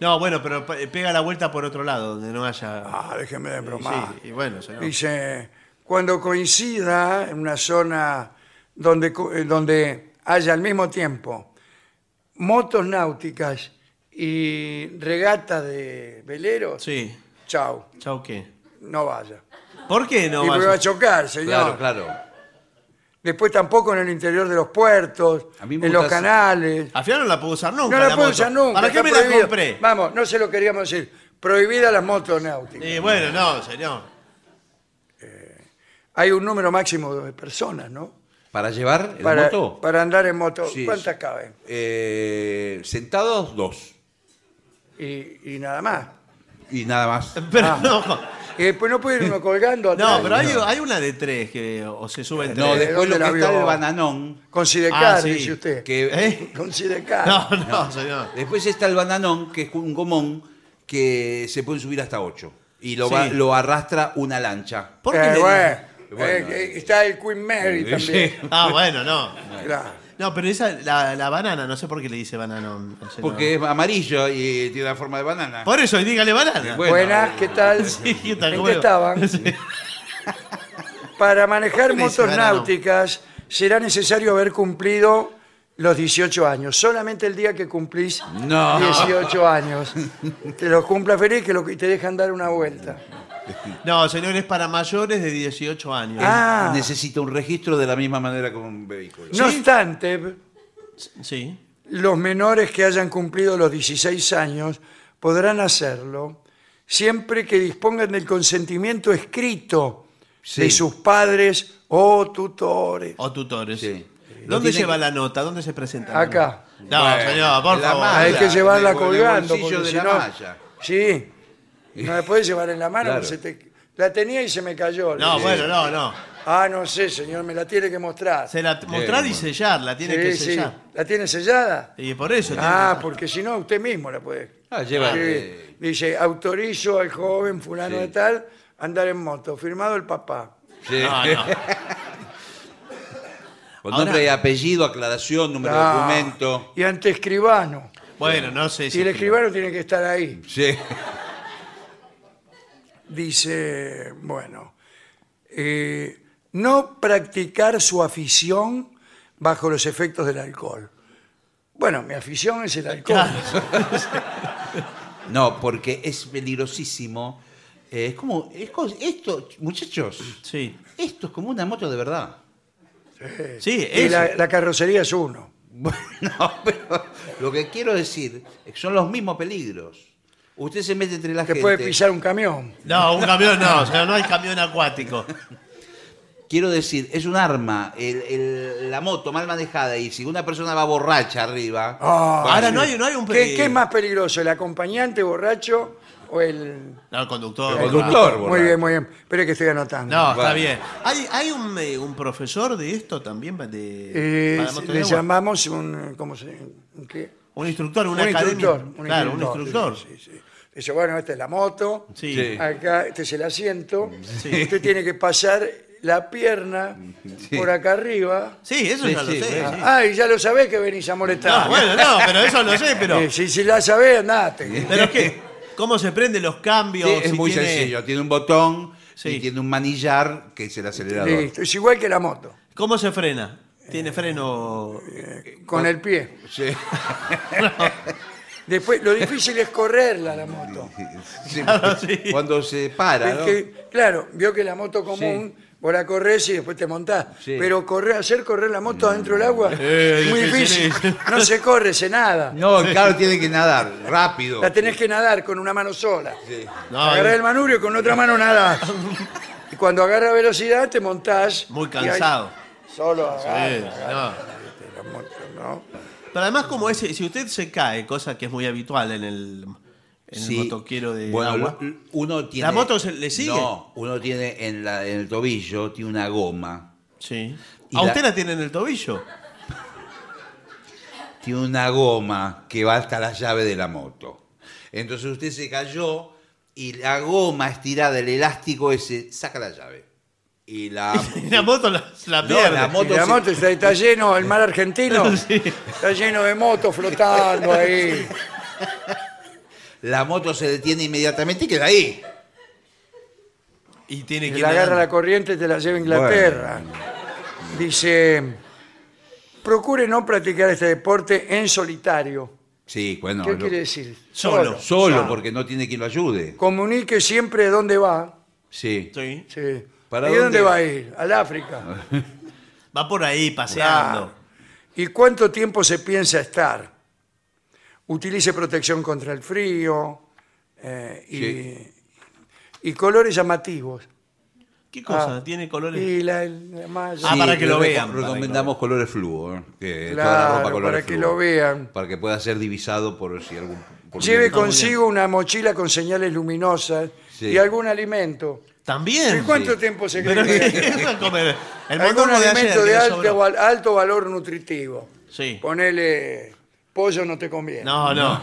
No, bueno, pero pe- pega la vuelta por otro lado, donde no haya.
Ah, déjeme de
Sí,
bromar.
sí, y bueno, señor.
Dice, cuando coincida en una zona donde, co- eh, donde haya al mismo tiempo motos náuticas y regatas de veleros,
Sí.
chau,
Chau, ¿qué?
no vaya.
¿Por qué
y
no
me
vas-
va a chocar, señor.
Claro, claro.
Después tampoco en el interior de los puertos,
A mí me
en los
gusta-
canales.
Al final no la puedo usar Ah, nunca.
No la puedo
moto.
usar nunca.
¿Para qué
está
me la
prohibido.
compré?
Vamos, no se lo queríamos decir. Prohibida las motos náuticas.
Eh, bueno, no, señor.
Hay un número máximo de personas, ¿no?
¿Para llevar el
Para,
moto?
para andar en moto.
Sí,
¿Cuántas
sí.
caben?
Eh, sentados, dos.
y, y nada más.
Y nada más.
Pero
Ah.
no.
Y después no puede ir uno colgando atrás.
No, pero hay, hay una de tres que o se suben
No,
tres.
Eh, de-
después
¿dónde la
lo que está
vio?
el bananón.
Con Sidecar,
Ah, sí,
dice usted.
que-
¿Eh?
Con Sidecar.
No, no, señor.
Ah, Después está el bananón, que es un gomón que se puede subir hasta ocho. Y lo,
Sí.
va- lo arrastra una lancha.
¿Por qué?
Eh,
le-
bueno,
Bueno.
eh, eh, está el Queen Mary
Sí.
también.
Ah, bueno, no.
Claro.
No, pero esa, la, la banana, no sé por qué le dice banana. al señor.
Porque es amarillo y tiene la forma de banana.
Por eso, y dígale banana.
Bueno.
Buenas, ¿qué tal?
Sí, ¿qué tal?
¿En
¿Cómo
qué
le va?
estaban?
Sí.
Para manejar
Dice,
motos
"Verano".
náuticas será necesario haber cumplido los 18 años. Solamente el día que cumplís
No.
18 años. Que los cumpla feliz que lo, y te dejan dar una vuelta.
No, señor, es para mayores de 18 años.
Ah,
Necesita un registro de la misma manera que un vehículo.
no obstante,
Sí.
los menores que hayan cumplido los 16 años podrán hacerlo siempre que dispongan del consentimiento escrito
Sí.
de sus padres o tutores.
O tutores.
Sí. Lo
¿Dónde
tiene
lleva
que-
la nota? ¿Dónde se presenta?
Acá.
No,
Bueno,
señor, por
la
favor.
mano.
Hay que
claro,
llevarla
en el bol- en el
colgando.
bolsillo
porque
de
si
la
no-
malla.
Sí. No la puedes llevar en la mano.
Claro.
se te- La tenía y se me cayó.
No,
Sí.
bueno, no, no.
Ah, no sé, señor, me la tiene que mostrar.
Se la mostrar y sellar, la tiene
Sí,
que
sí.
sellar.
¿La tiene sellada?
Y por eso. tiene que
Ah,
sellar.
porque si no, usted mismo la puede.
Ah, lleva,
Sí.
eh,
Dice, autorizo al joven fulano
Sí.
de tal a andar en moto. Firmado el papá.
sí.
No, no.
Con
Ahora-
nombre y apellido, aclaración, número de
Ah,
documento.
Y ante escribano.
Bueno, no sé si.
y el escribano tiene que estar ahí.
Sí.
Dice, bueno, eh, no practicar su afición bajo los efectos del alcohol. Bueno, mi afición es el alcohol.
No, porque es peligrosísimo. Eh, es como. Es co- esto, muchachos,
Sí.
esto es como una moto de verdad.
Sí,
Y
eso.
la, la carrocería es uno.
Bueno, pero lo que quiero decir es que son los mismos peligros. Usted se mete entre la
Que
gente.
puede pisar un camión.
No, un camión no, o sea, no hay camión acuático.
Quiero decir, es un arma. el- el- la moto mal manejada y si una persona va borracha arriba.
Ah,
bueno,
Ahora no hay, no hay un
¿Qué,
peligro.
qué es más peligroso, el acompañante borracho o el...?
No, el conductor.
El conductor,
Muy
borracho.
bien, muy bien. Espera que estoy anotando.
No, está
Bueno.
bien. ¿Hay, hay un, eh, un profesor de esto también? De,
Eh,
para moto de
le
agua?
llamamos un... ¿Cómo se...? un qué?
Un instructor, una
un
academia.
instructor. un
claro, un instructor.
sí, sí, sí. Dice, bueno, esta es la moto,
Sí.
Sí.
acá este es el asiento,
Sí.
usted tiene que pasar la pierna por acá arriba.
Sí, eso
Sí,
ya
sí,
lo sé.
bueno.
sí.
Ay, ya lo sabés que venís a molestar.
No, Ah, bueno, no, pero eso lo sé, pero.
Eh, si, si la sabés, andate.
¿Pero qué? ¿Cómo se prende los cambios?
Sí, es
si
muy
tiene-
sencillo. Tiene un botón
Sí.
y tiene un manillar que es el acelerador.
Listo. Es igual que la moto,
¿Cómo se frena? ¿Tiene freno?
con el pie.
Sí.
Después, lo difícil es correrla la moto.
Sí,
Claro, sí.
Cuando se para,
Es
¿no?
que, claro, vio que la moto común, vos la corres y después te montás.
Sí.
Pero correr, hacer correr la moto adentro del agua
Eh,
es muy
difícil
difícil. No se corre, se nada.
No, claro, tiene que nadar rápido.
La tenés que nadar con una mano sola.
No,
Agarrás el manubrio y con otra mano nadás. Y cuando agarra velocidad te montás.
Muy
y
cansado.
ahí Solo agarra,
Eh, no.
la moto, ¿no?
Pero además, como es, si usted se cae, cosa que es muy habitual en el, en el
Sí.
motoquero de
Bueno,
agua.
l- uno tiene.
moto se- le sigue?
No, uno tiene en, la- en el tobillo, tiene una goma.
Sí.
Y
¿A
la-
usted la tiene en el tobillo?
Tiene una goma que va hasta la llave de la moto. Entonces usted se cayó y la goma estirada, el elástico ese, saca la llave. Y la.
La moto la, la
No,
pierde.
la
Y
moto
la
se-
moto está, está lleno, el mar argentino
Sí.
está lleno de motos flotando ahí.
la moto se detiene inmediatamente y queda ahí.
Y tiene que
Que
ir
la agarra la
nadando.
corriente y te la lleva a Inglaterra. Dice, procure no practicar este deporte en solitario.
Sí, bueno.
¿Qué
lo-
quiere decir? Ah.
Solo.
Solo, porque no tiene quien lo ayude.
Comunique siempre dónde va.
Sí.
Sí.
Sí.
¿Para
¿Y dónde
dónde? Ah.
va a ir? Al África.
Va por ahí paseando.
Ah. ¿Y cuánto tiempo se piensa estar? Utilice protección contra el frío eh, y,
Sí.
y colores llamativos.
¿Qué cosa?
Ah.
¿Tiene colores?
Y la, la malla.
Ah, para que lo
reco-
vean, para
Recomendamos colores fluo. ¿eh? Que toda la
Claro,
ropa colores
para que
fluo.
lo vean.
Para que pueda ser divisado por si algún. por
Lleve
un-
consigo una mochila con señales luminosas
Sí.
y algún alimento.
También.
¿Y cuánto
sí.
tiempo se
Pero
cree que-
¿qué es a comer? El
Algún
motorro de ayer
alimento de
que le
alto,
sobró.
val- alto valor nutritivo.
Sí.
Ponele pollo no te conviene.
No, no.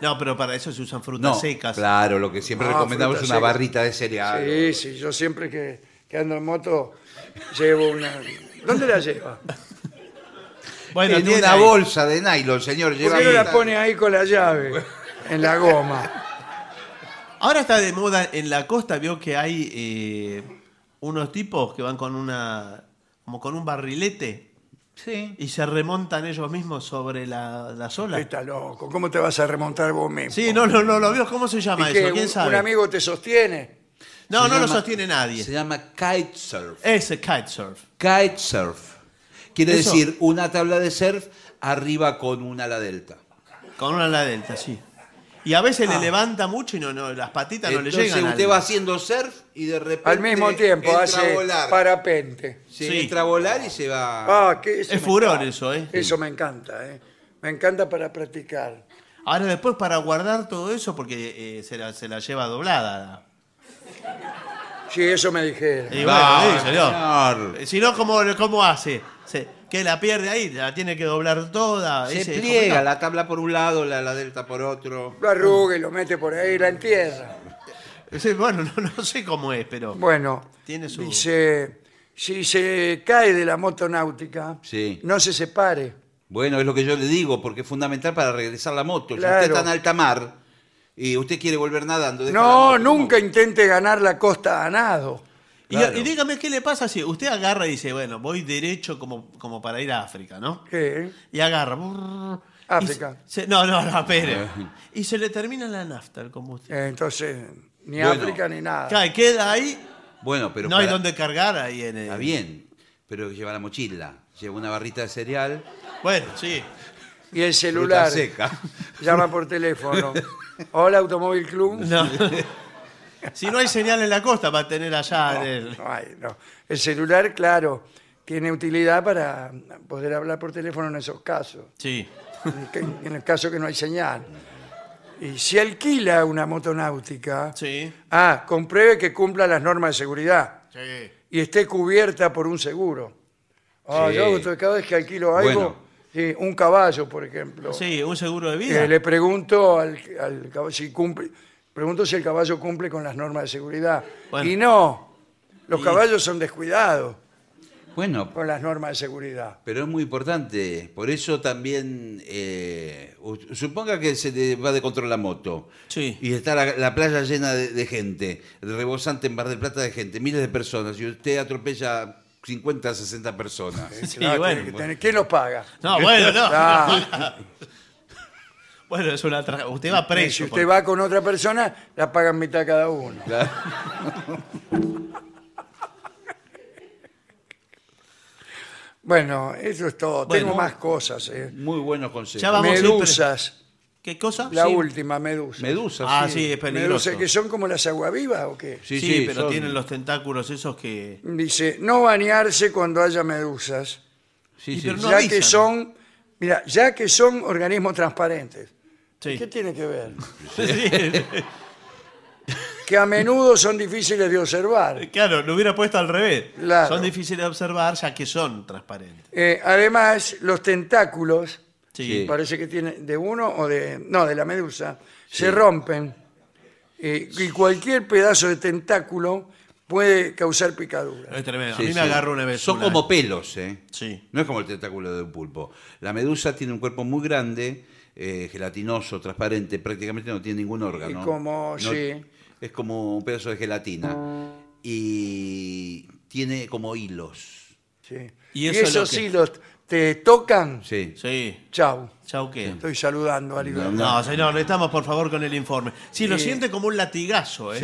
No, pero para eso se usan frutas
No,
secas.
Claro, lo que siempre
Ah,
recomendamos es
frutas
una
secas.
barrita de cereal.
Sí, sí, yo siempre que, que ando en moto llevo una... ¿Dónde la lleva?
Bueno,
en
tiene
una
ahí.
bolsa de nylon, señor.
¿Por
Lleva
qué no la
fruta.
pone ahí con la llave? En la goma.
Ahora está de moda en la costa, vio que hay eh, unos tipos que van con una. como con un barrilete
Sí.
y se remontan ellos mismos sobre la, la sola.
Está loco. ¿Cómo te vas a remontar vos mismo?
Sí, no, no, no lo vio. ¿Cómo se
¿Y
llama
que
eso?
un-
¿Quién
un
sabe?
amigo te sostiene.
no,
Se
no lo
llama-
sostiene nadie.
Se llama kitesurf.
Ese kitesurf.
Kitesurf. Quiere
Eso.
decir una tabla de surf arriba con una ala delta.
Con una ala delta, sí. Y a veces le levanta mucho y no, no, las patitas no le
Ah. Entonces
llegan. al-
usted va haciendo surf y de repente.
Al mismo tiempo
entra
hace
a volar.
parapente.
Sí,
Sí.
entra a volar y se va.
Ah, que eso
Es
me
furor
encanta.
eso, ¿eh?
Eso me encanta, ¿eh? Me encanta para practicar.
Ahora después para guardar todo eso, porque eh, se, la, se la lleva doblada.
Sí, eso me dijeron.
Y
Va,
bueno, sí, señor.
Ah, señor.
Eh, Si no, ¿cómo, cómo hace? Se- que la pierde ahí, la tiene que doblar toda.
Se
ese-
pliega
complicado.
la tabla por un lado, la, la delta por otro.
Lo arruga y lo mete por ahí, la entierra.
Sí, bueno, no, no sé cómo es, pero.
Bueno,
Tiene su-
dice, si se cae de la moto náutica,
Sí.
no se separe.
Bueno, es lo que yo le digo, porque es fundamental para regresar la moto.
Claro.
Si usted está en alta mar y usted quiere volver nadando. deja la
No,
moto, ¿cómo?
nunca intente ganar la costa a nado.
Y,
claro.
y dígame qué le pasa si usted agarra y dice, bueno, voy derecho como, como para ir a África, ¿no?
¿Qué?
Y agarra. brrr, y
África.
se- se- no, no, no, espere. y se le termina la nafta el combustible.
Eh, Entonces, ni
Bueno.
África ni nada.
Claro, queda ahí,
Bueno, pero
no hay
para-
dónde cargar ahí en el.
Está bien, pero lleva la mochila, lleva una barrita de cereal,
Bueno, sí.
Y el celular.
fruta seca.
Llama por teléfono. Hola, Automóvil Club.
No. si no hay señal en la costa, va a tener allá. en el-
No, ay, no. El celular, claro, tiene utilidad para poder hablar por teléfono en esos casos,
Sí.
en el que- en el caso que no hay señal. Y si alquila una moto náutica,
Sí.
ah, compruebe que cumpla las normas de seguridad
Sí.
y esté cubierta por un seguro. Ah,
Sí.
Yo esto, cada vez que alquilo algo,
Bueno.
sí, un caballo, por ejemplo,
un seguro de vida.
eh, le pregunto al, al caballo si cumple, pregunto si el caballo cumple con las normas de seguridad.
Bueno.
Y no, Los caballos son descuidados
Bueno,
con las normas de seguridad.
pero es muy importante. Por eso también, eh, u- suponga que se le va de control la moto.
Sí.
Y está la, la playa llena de, de gente, rebosante en Mar del Plata de gente, miles de personas. Y usted atropella 50, 60 personas.
Sí,
Claro, tiene
bueno.
que tener- ¿Quién los paga?
No, bueno, no.
Ah.
bueno, es una tra- Usted va
Y
preso.
si
por-
usted va con otra persona, la pagan mitad cada uno. bueno, eso es todo. Tengo
Bueno.
más cosas. eh.
Muy buenos consejos.
Ya va- Vamos a ir, pero-
Medusas.
¿Qué cosa?
La
Sí.
última medusa.
Medusa.
Ah, sí, es peligroso.
Medusas que son como las aguavivas o qué.
Sí,
sí,
sí,
pero
son-
tienen los tentáculos esos que.
Dice, no bañarse cuando haya medusas,
Sí,
Y
sí.
pero no
ya
avisan.
que son, mira, ya que son organismos transparentes.
Sí.
¿Qué tiene que ver?
Sí,
Que a menudo son difíciles de observar.
claro, lo hubiera puesto al revés.
Claro.
Son difíciles de observar ya que son transparentes.
Eh, además, los tentáculos,
Sí.
Sí.
parece que tienen de uno o de, no, de la medusa, se rompen eh, y cualquier pedazo de tentáculo puede causar picadura.
Es tremendo.
Sí,
a mí
sí.
me agarró una vez.
Son
una.
como pelos, ¿eh?
Sí.
No es como el tentáculo de un pulpo. La medusa tiene un cuerpo muy grande, eh, gelatinoso, transparente, prácticamente no tiene ningún órgano.
Y como-
No-
sí.
Es como un pedazo de gelatina. Y tiene como hilos.
sí.
Y
Y,
eso es lo
esos
que-
hilos te tocan,
Sí.
Sí.
chau.
Chau, ¿qué?
Estoy saludando al
No,
libro.
No, señor, estamos por favor con el informe. Sí, lo
Sí.
siente como un latigazo, ¿eh?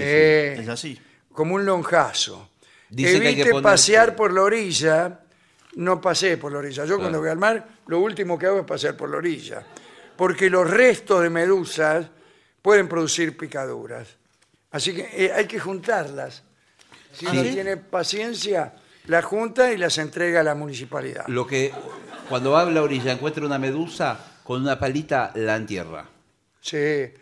Sí.
Es así.
como un lonjazo.
Dicen que hay
Evite
que poner-
pasear por la orilla. No pasé por la orilla. Yo cuando
Claro.
voy al mar, lo último que hago es pasear por la orilla. Porque los restos de medusas pueden producir picaduras. Así que eh, hay que juntarlas. Si
Ah,
uno
¿sí?
tiene paciencia, las junta y las entrega a la municipalidad.
Lo que cuando va a la orilla encuentra una medusa, con una palita la entierra.
Sí.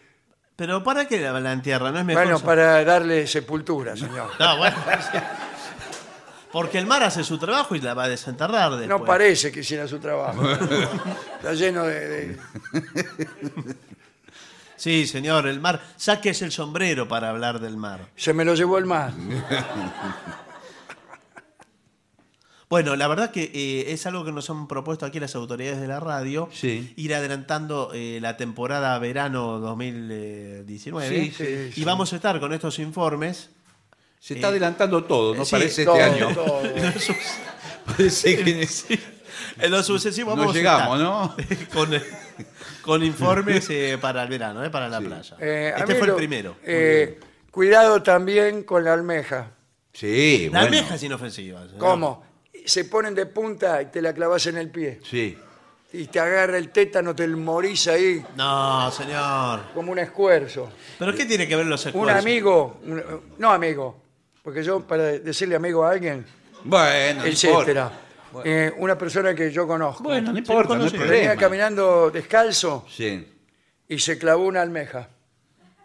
Pero ¿para qué la, la entierra? ¿No es mejor?
Bueno,
sa-
para darle sepultura, señor.
No, bueno. Porque el mar hace su trabajo y la va a desenterrar después.
No parece que hiciera su trabajo. Está lleno de- de,
Sí, señor, el mar. Sáquese el sombrero para hablar del mar.
Se me lo llevó el mar.
Bueno, la verdad que eh, es algo que nos han propuesto aquí las autoridades de la radio.
Sí.
Ir adelantando eh, la temporada verano 2019.
Sí,
sí,
y
sí.
vamos a estar con estos informes.
Se está
Eh,
adelantando todo, ¿no?
sí,
parece
todo,
este año.
todo.
Parece que
En lo sucesivo
No
vamos
llegamos,
a estar con, eh, con informes eh, para el verano, eh, para la playa.
Eh, a
este
mí
fue
lo-
el primero.
eh, cuidado también con la almeja.
Ah.
Sí,
la
bueno.
almeja es inofensiva. señor.
¿Cómo? Se ponen de punta y te la clavas en el pie.
Sí.
Y te agarra el tétano, te morís ahí
No, señor.
como un esfuerzo.
¿Pero qué tiene que ver los
Un
escuelos?
amigo, un- no amigo, porque yo para decirle amigo a alguien,
Bueno, no
etcétera.
importa.
eh, una persona que yo conozco.
Bueno, no importa, no hay
Sí,
problema.
venía caminando descalzo
Sí,
y se clavó una almeja.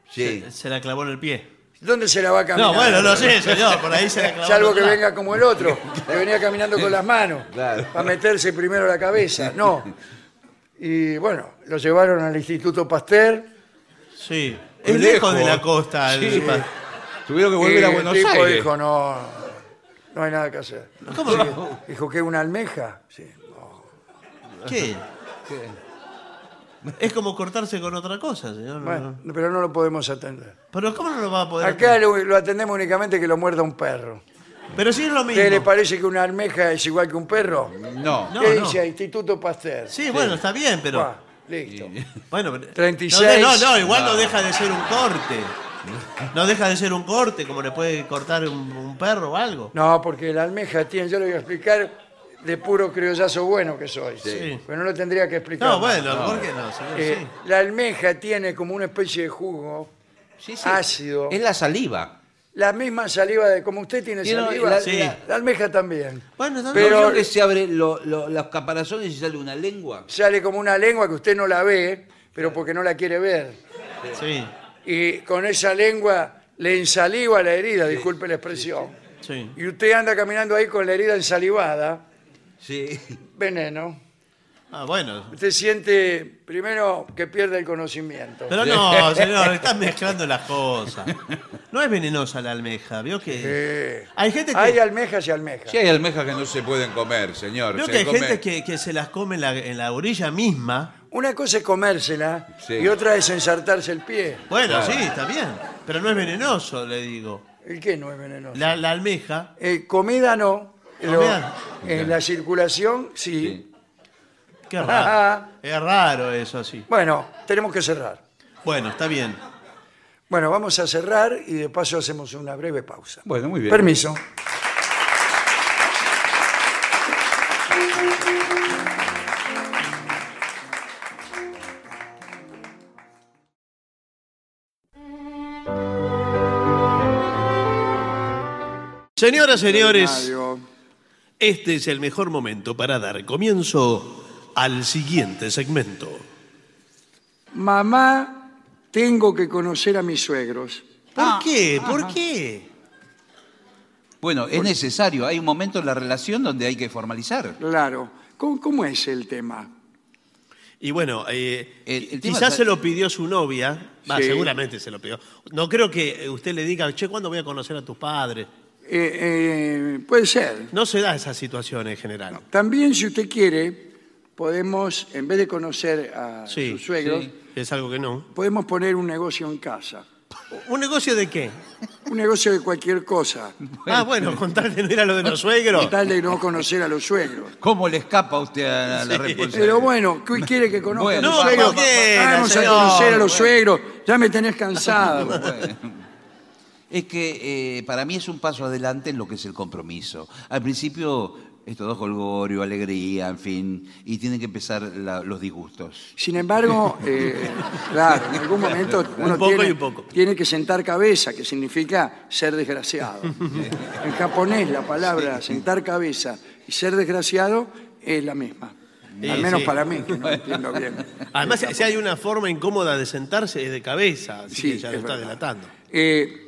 sí.
Se la clavó en el pie.
¿Dónde se la va a caminar?
No, bueno, no sé, señor. Por ahí se la clavó.
Salvo
en
que
otro
venga como el otro, que venía caminando con las manos,
Claro.
para meterse primero la cabeza. No. Y bueno, lo llevaron al Instituto Pasteur.
lado. Sí.
Muy
Es lejos
lejos.
de la costa. el-
Sí. Tuvieron que volver
y
a Buenos
el Eh, tipo
Aires.
dijo, no, no hay nada que hacer.
¿Cómo no?
Dijo que una almeja. Sí.
¿Qué? Es como cortarse con otra cosa, señor.
Bueno, pero no lo podemos atender.
Pero ¿cómo no lo va a poder?
Acá lo, lo atendemos únicamente que lo muerda un perro.
Pero sí es lo
¿A
mismo.
¿Usted le parece que una almeja es igual que un perro?
No.
No,
¿Qué
no.
dice? Instituto Pasteur.
Sí, bueno, está bien, pero.
Buah, listo.
Bueno, pero-
36.
No, no, no, igual no. deja de ser un corte. No deja de ser un corte, como le puede cortar un, un perro o algo.
No, porque la almeja tiene, yo le voy a explicar de puro criollazo bueno que soy.
Sí.
Pero no lo tendría que explicar.
No, bueno, ¿por qué no? señor?
Eh, La almeja tiene como una especie de jugo,
Sí, sí.
ácido.
Es la saliva.
la misma saliva de como usted tiene
Tiene
saliva.
la-
Sí.
la- la almeja también.
sí. Bueno, no,
pero-
Pero que se abre lo- lo- los caparazones y sale una lengua.
Sale como una lengua que usted no la ve, pero porque no la quiere ver.
no, sí,
Y con esa lengua le ensaliva la herida, disculpe la expresión.
sí.
Y usted anda caminando ahí con la herida ensalivada,
Sí.
veneno.
Ah, bueno.
Usted siente primero que pierde el conocimiento.
Pero no, señor, están mezclando las cosas. No es venenosa la almeja, vio que.
Eh,
Hay gente que.
Hay almejas y almejas.
Si hay almejas que no se pueden comer, señor.
Veo
se
que hay
come-
gente que, que se las come en la, en la orilla misma.
Una cosa es comérsela
Sí.
y otra es ensartarse el pie.
Bueno,
Claro.
sí, está bien. Pero no es venenoso, le digo.
¿El qué no es venenoso?
La, la almeja.
Eh, comida no. pero
Comida.
En la circulación sí.
Sí.
Qué raro. es raro eso así.
Bueno, tenemos que cerrar.
Bueno, está bien.
Bueno, vamos a cerrar y de paso hacemos una breve pausa.
Bueno, muy bien.
Permiso.
Señoras, señores,
Radio.
este es el mejor momento para dar comienzo al siguiente segmento.
Mamá, tengo que conocer a mis suegros.
¿Por qué? ¿Por qué?
Bueno, es necesario. Hay un momento en la relación donde hay que formalizar.
Claro. ¿Cómo, cómo es el tema?
Y bueno, eh,
El- el tema
quizás
es-
se lo pidió su novia. Va,
Sí.
seguramente se lo pidió. No creo que eh, usted le diga, che, ¿cuándo voy a conocer a tus padres?
Eh, eh, puede ser.
No se da esa situación en general.
También, si usted quiere, podemos, en vez de conocer a
Sí,
sus suegros,
sí.
Es algo que no.
podemos poner un negocio en casa.
¿Un negocio de qué?
Un negocio de cualquier cosa,
Ah, bueno, con tal de no ir a lo de los suegros.
con tal de no conocer a los suegros.
¿Cómo le escapa a usted a la responsabilidad?
Pero bueno, ¿qué quiere que conozca a
Bueno,
los
no,
suegros?
¿por qué
no,
Vamos a
señor?
conocer a los
Bueno.
suegros. Ya me tenés cansado.
Es que eh, para mí es un paso adelante en lo que es el compromiso. Al principio es todo jolgorio, alegría, en fin, y tienen que empezar la- los disgustos.
Sin embargo, eh, claro, en algún momento uno
poco
tiene,
y un poco.
tiene que sentar cabeza, que significa ser desgraciado. En japonés la palabra sentar cabeza y ser desgraciado es la misma.
Sí,
Al menos
sí.
para mí, que no entiendo bien.
Además, si- si hay una forma incómoda de sentarse, es de cabeza, así
Sí,
que ya lo
es
está
verdad.
delatando.
Eh,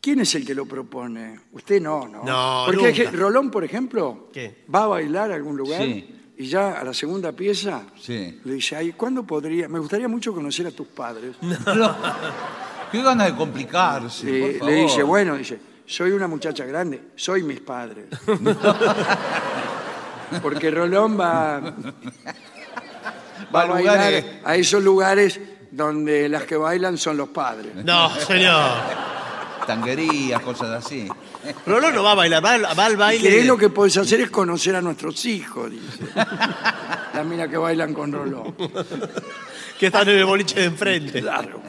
¿Quién es el que lo propone? Usted no, ¿no?
No,
Porque es que
nunca.
Rolón, por ejemplo,
¿Qué?
va a bailar a algún lugar
Sí.
y ya a la segunda pieza
Sí.
le dice, ay, ¿cuándo podría? Me gustaría mucho conocer a tus padres.
No. Qué ganas de complicarse.
Eh,
por
le
favor.
dice, bueno, dice, soy una muchacha grande, soy mis padres. Porque Rolón va, va
Va
a
a lugares-
bailar a esos lugares donde las que bailan son los padres.
No, señor.
Tanguerías, cosas así.
Rolón no va a bailar, va, al- va al
Y que
baile.
es lo que podés hacer es conocer a nuestros hijos, dice. Las minas que bailan con Rolón.
que están en el boliche de enfrente.
Claro.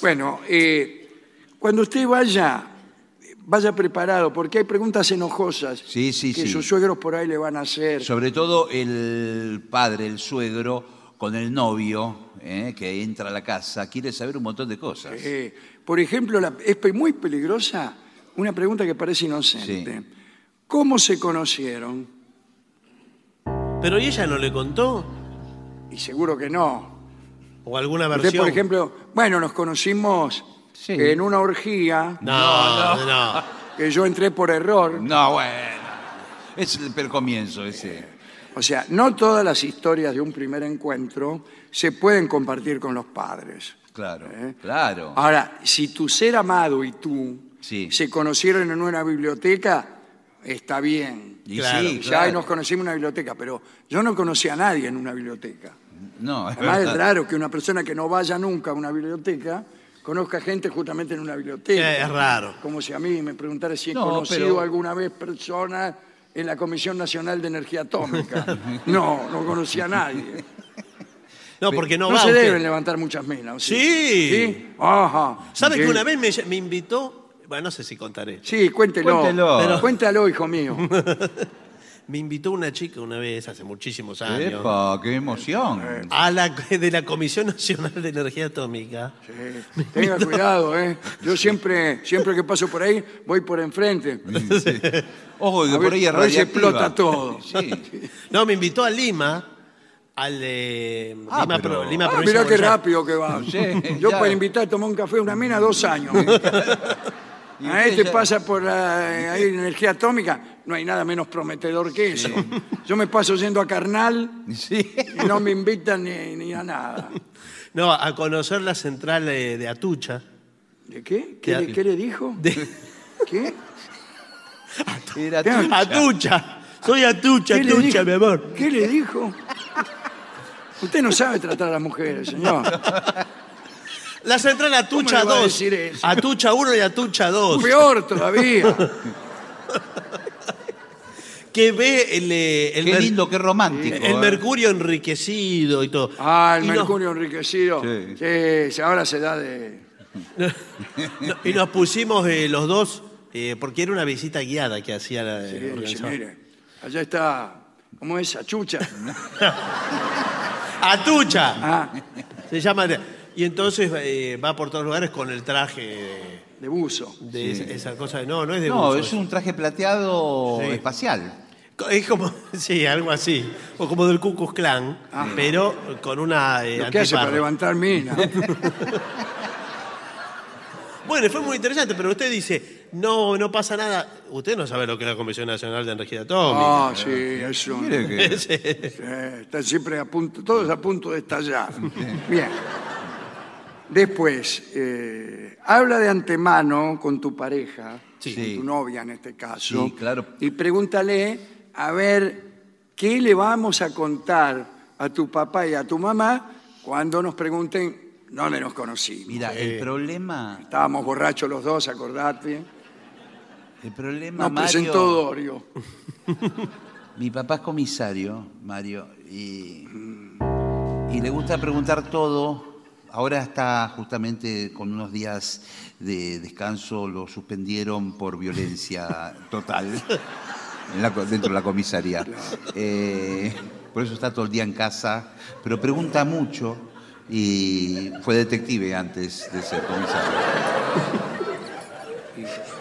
Bueno, eh, cuando usted vaya, vaya preparado, porque hay preguntas enojosas
Sí, sí,
que
sí.
sus suegros por ahí le van a hacer.
Sobre todo el padre, el suegro, con el novio eh, que entra a la casa, quiere saber un montón de cosas.
Eh, por ejemplo, la- es pe- muy peligrosa una pregunta que parece inocente. ¿Cómo se conocieron?
Pero ¿y ella no le contó?
Y seguro que no.
¿O alguna
Usted,
versión?
por ejemplo, bueno, nos conocimos
Sí.
en una orgía
No, no,
que yo entré por error.
No, bueno. Es el per comienzo ese.
O sea, no todas las historias de un primer encuentro se pueden compartir con los padres.
Claro,
¿Eh?
claro.
Ahora, si tu ser amado y tú
Sí.
se conocieron en una biblioteca, está bien.
Y
Claro,
sí,
Ya
claro.
nos conocimos en una biblioteca, pero yo no conocí a nadie en una biblioteca.
No, es
Además es
verdad.
raro que una persona que no vaya nunca a una biblioteca conozca gente justamente en una biblioteca.
Eh, es raro.
Como si a mí me preguntara si he
No,
conocido
pero-
alguna vez personas en la Comisión Nacional de Energía Atómica. no, no conocí a nadie.
No, porque no,
No,
va
se
usted.
deben levantar muchas minas. ¿o ¿sí?
Sí.
¿Sí? Ajá.
¿Sabe
Sí.
que una vez me, me invitó? Bueno, no sé si contaré.
Sí, cuéntelo.
Cuéntelo. Pero-
Cuéntalo, hijo mío.
Me invitó una chica una vez, hace muchísimos años,
Epa, qué
Eh,
emoción.
a la, de la Comisión Nacional de Energía Atómica.
Sí, Tenga cuidado, ¿eh? Yo siempre, siempre que paso por ahí, voy por enfrente.
Sí. Ojo, que
A
por
ver-
ahí es
a ver si
radiactiva.
explota todo.
Sí.
No, me invitó a Lima, al de
Ah,
Lima,
pero-
Pro- Lima
Ah,
Provincia
mirá qué
Buenos Aires.
rápido que va.
Sí,
Yo
ya.
para invitar a tomar un café a una mina, dos años.
Y Y
A este
ustedes ya-
pasa por la eh, ahí, energía atómica, no hay nada menos prometedor que eso. Yo me paso yendo a Carnal
Sí.
y no me invitan ni, ni a nada.
No, a conocer la central eh, de Atucha.
¿De qué? ¿Qué,
Ya.
le- qué le dijo?
De-
¿Qué?
Era
Tengo-
tucha.
Atucha. Soy Atucha,
¿Qué le
Atucha,
dijo?
mi amor.
¿Qué le dijo? Usted no sabe tratar a las mujeres, señor.
La central Atucha
¿Cómo le va a
2.
decir eso?
Atucha 1 y Atucha 2.
Peor todavía.
Que ve el, eh, el
Qué
mer-
lindo, qué romántico.
el
¿eh?
mercurio enriquecido y todo.
Ah, el
Y nos-
mercurio enriquecido.
Sí.
Sí, sí, ahora se da de...
no- y nos pusimos eh, los dos, eh, porque era una visita guiada que hacía la
Sí,
eh,
sí,
organizadora.
mire, allá está... ¿Cómo es? Achucha.
Atucha.
Ah,
Se llama. Y entonces eh, va por todos lugares con el traje de,
de buzo.
de esa, esa cosa. de- No, no es de
No,
buzo.
es un traje plateado
Sí.
espacial.
Es como, sí, algo así. O como del Ku Klux Klan, pero con una eh,
Ah. Lo que hace para
antiparra.
levantar mina.
Bueno, fue muy interesante, pero usted dice, no, no pasa nada. Usted no sabe lo que es la Comisión Nacional de Energía Atómica.
Ah, sí, eso.
Mire que-
Eh, está siempre a punto, todos a punto de estallar. Bien. Después, eh, habla de antemano con tu pareja,
Sí.
con
Sí.
tu novia en este caso,
Sí, claro.
y pregúntale a ver qué le vamos a contar a tu papá y a tu mamá cuando nos pregunten dónde nos conocimos.
Mira, el problema,
Estábamos borrachos los dos, acordate.
el problema
Nos
Mario,
presentó Dorio.
mi papá es comisario, Mario, y, y le gusta preguntar todo. Ahora está justamente con unos días de descanso, lo suspendieron por violencia total en la co- dentro de la comisaría. Eh, por eso está todo el día en casa, pero pregunta mucho y fue detective antes de ser comisario.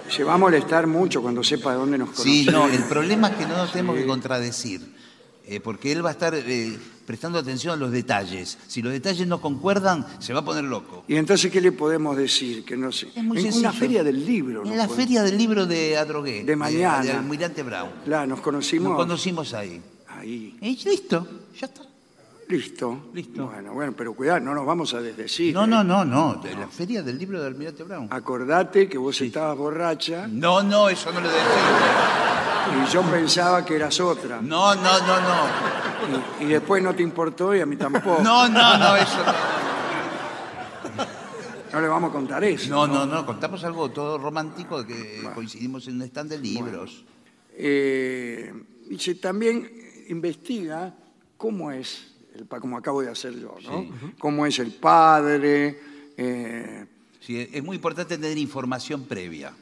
Se va a molestar mucho cuando sepa dónde nos
Sí,
conocimos.
no, el problema es que no nos tenemos que contradecir, eh, porque él va a estar eh, prestando atención a los detalles. Si los detalles no concuerdan, se va a poner loco.
¿Y entonces qué le podemos decir? Que no sé.
Es muy
en
sencillo.
una feria del libro.
En
nos
la
podemos-
feria del libro de Adrogué. eh,
De mañana.
De, Almirante Brown.
Claro, nos conocimos.
Nos conocimos ahí.
Ahí.
Y listo, ya está.
Listo.
Listo.
Bueno, bueno, pero cuidado, no nos vamos a desdecir.
No,
¿eh?
no, no, no. de la feria del libro de Almirante Brown.
Ah. Acordate que vos estabas borracha
No, no, eso no lo deseo.
y yo pensaba que eras otra.
No, no, no, no.
Y, y después no te importó y a mí tampoco.
No, no, no, eso no.
No le vamos a contar eso.
No, no, no. Contamos algo todo romántico de que coincidimos en un stand de libros.
Eh, y se también investiga cómo es, el, pa- como acabo de hacer yo, ¿no? Cómo es el padre. eh,
Sí, es muy importante tener información previa.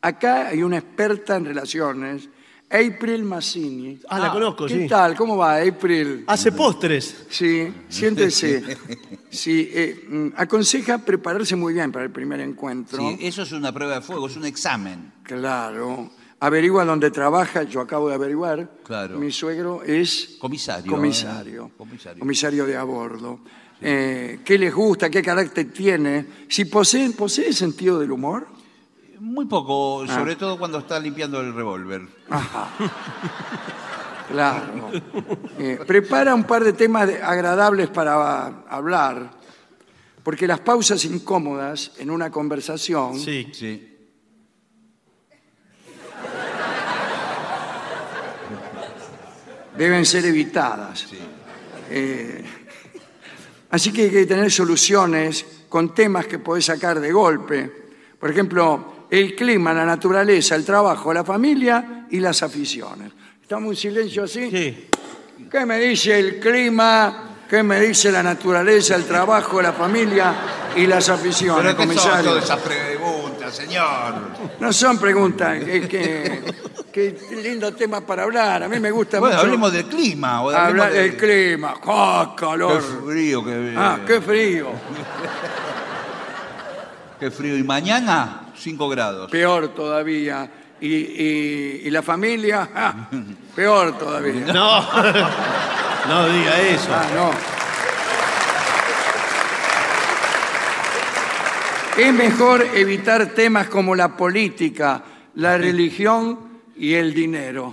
Acá hay una experta en relaciones, April Massini.
Ah, la conozco,
¿Qué
sí.
tal? ¿Cómo va, April?
Hace postres.
Sí, siéntese. Sí, eh, mm, aconseja prepararse muy bien para el primer encuentro.
Sí, eso es una prueba de fuego, es un examen.
Claro. Averigua dónde trabaja, yo acabo de averiguar.
Claro.
Mi suegro es
Comisario,
comisario,
eh, comisario.
comisario de a bordo. Eh, ¿Qué les gusta? ¿Qué carácter tiene? Si posee, posee sentido del humor.
Muy
Ah.
poco, sobre todo cuando está limpiando el revólver.
Claro. Eh, prepara un par de temas de- agradables para hablar, porque las pausas incómodas en una conversación
Sí.
Sí.
deben ser evitadas. Eh, así que hay que tener soluciones con temas que podés sacar de golpe. Por ejemplo, el clima, la naturaleza, el trabajo, la familia y las aficiones. Estamos en silencio así.
Sí.
¿Qué me dice el clima? ¿Qué me dice la naturaleza, el trabajo, la familia y las aficiones,
Pero ¿qué son
comisario?
todas esas preguntas, señor?
No son preguntas. es que- Qué lindo tema para hablar. A mí me gusta
Bueno,
mucho
hablemos del clima. O hablemos
hablar
de-
del clima. ¡Ah,
Qué
calor!
frío que...
¡Ah, qué frío!
qué frío. Y mañana, 5 grados.
Peor todavía. Y, y- y la familia, ¡Ah! peor todavía.
No. no diga eso.
Ah, no. Es mejor evitar temas como la política, la religión y el dinero.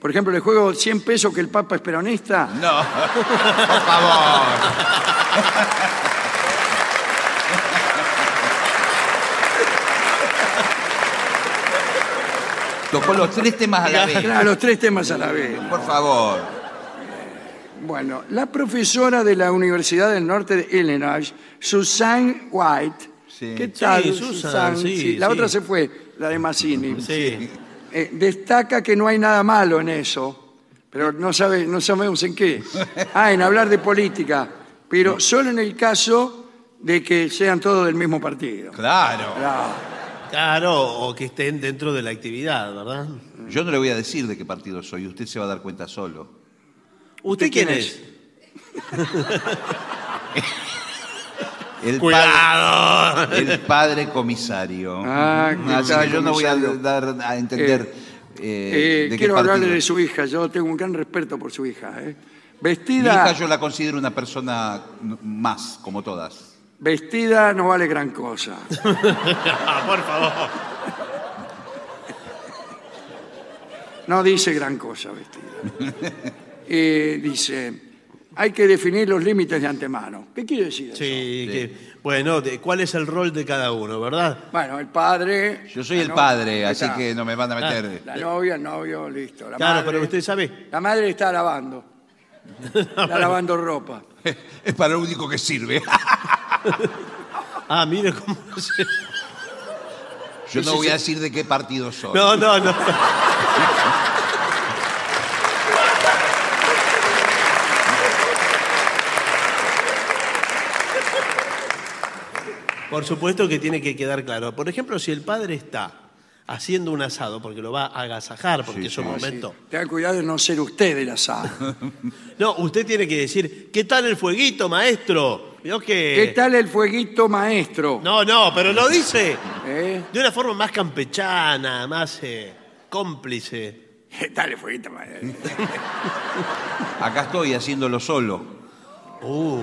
Por ejemplo, le juego 100 pesos que el Papa es peronista.
No, por favor. Tocó los tres temas a la vez.
Claro, los tres temas a la vez.
Por favor.
Bueno, la profesora de la Universidad del Norte de Illinois, Susan White.
Sí.
¿Qué tal,
Sí, Susan,
Susan?
sí,
la
sí.
otra se fue, la de Massini.
Sí.
Eh, destaca que no hay nada malo en eso, pero no, sabe, no sabemos en qué. Ah, en hablar de política, pero solo en el caso de que sean todos del mismo partido. Ah,
Claro.
Claro.
Claro, o que estén dentro de la actividad, ¿verdad?
Yo no le voy a decir de qué partido soy, usted se va a dar cuenta solo.
¿Usted quién es?
El
¡Cuidado!
Padre, el padre comisario.
Ah, ¿qué
Así
tal,
que yo no voy a
comisario?
dar a entender eh,
Eh,
de qué
quiero
partido.
hablarle de su hija, yo tengo un gran respeto por su hija. ¿eh?
Mi
Vestida,
hija yo la considero una persona n- más, como todas.
vestida no vale gran cosa.
Ah, por favor.
No dice gran cosa vestida. Eh, dice, hay que definir los límites de antemano. ¿Qué quiere decir eso?
Sí, que- bueno, de- ¿cuál es el rol de cada uno, verdad?
Bueno, el padre...
Yo
Ah,
soy
la
el
no-
padre, así
está.
que no me van a meter.
La novia, el novio, listo. La
claro,
madre-
pero usted sabe.
La madre está lavando. Está lavando ropa.
Es para lo único que sirve.
Ah, mire cómo se...
Yo no voy a decir de qué partido soy.
No, no, no. Por supuesto que tiene que quedar claro. Por ejemplo, si el padre está haciendo un asado, porque lo va a agasajar, porque es un momento.
Tengan cuidado de no ser usted el asado.
No, usted tiene que decir, ¿qué tal el fueguito, maestro? Vio que...
¿Qué tal el fueguito maestro?
No, no, pero lo dice
¿Eh?
de una forma más campechana, más eh, cómplice.
¿Qué tal el fueguito maestro?
Acá estoy haciéndolo solo.
Uh,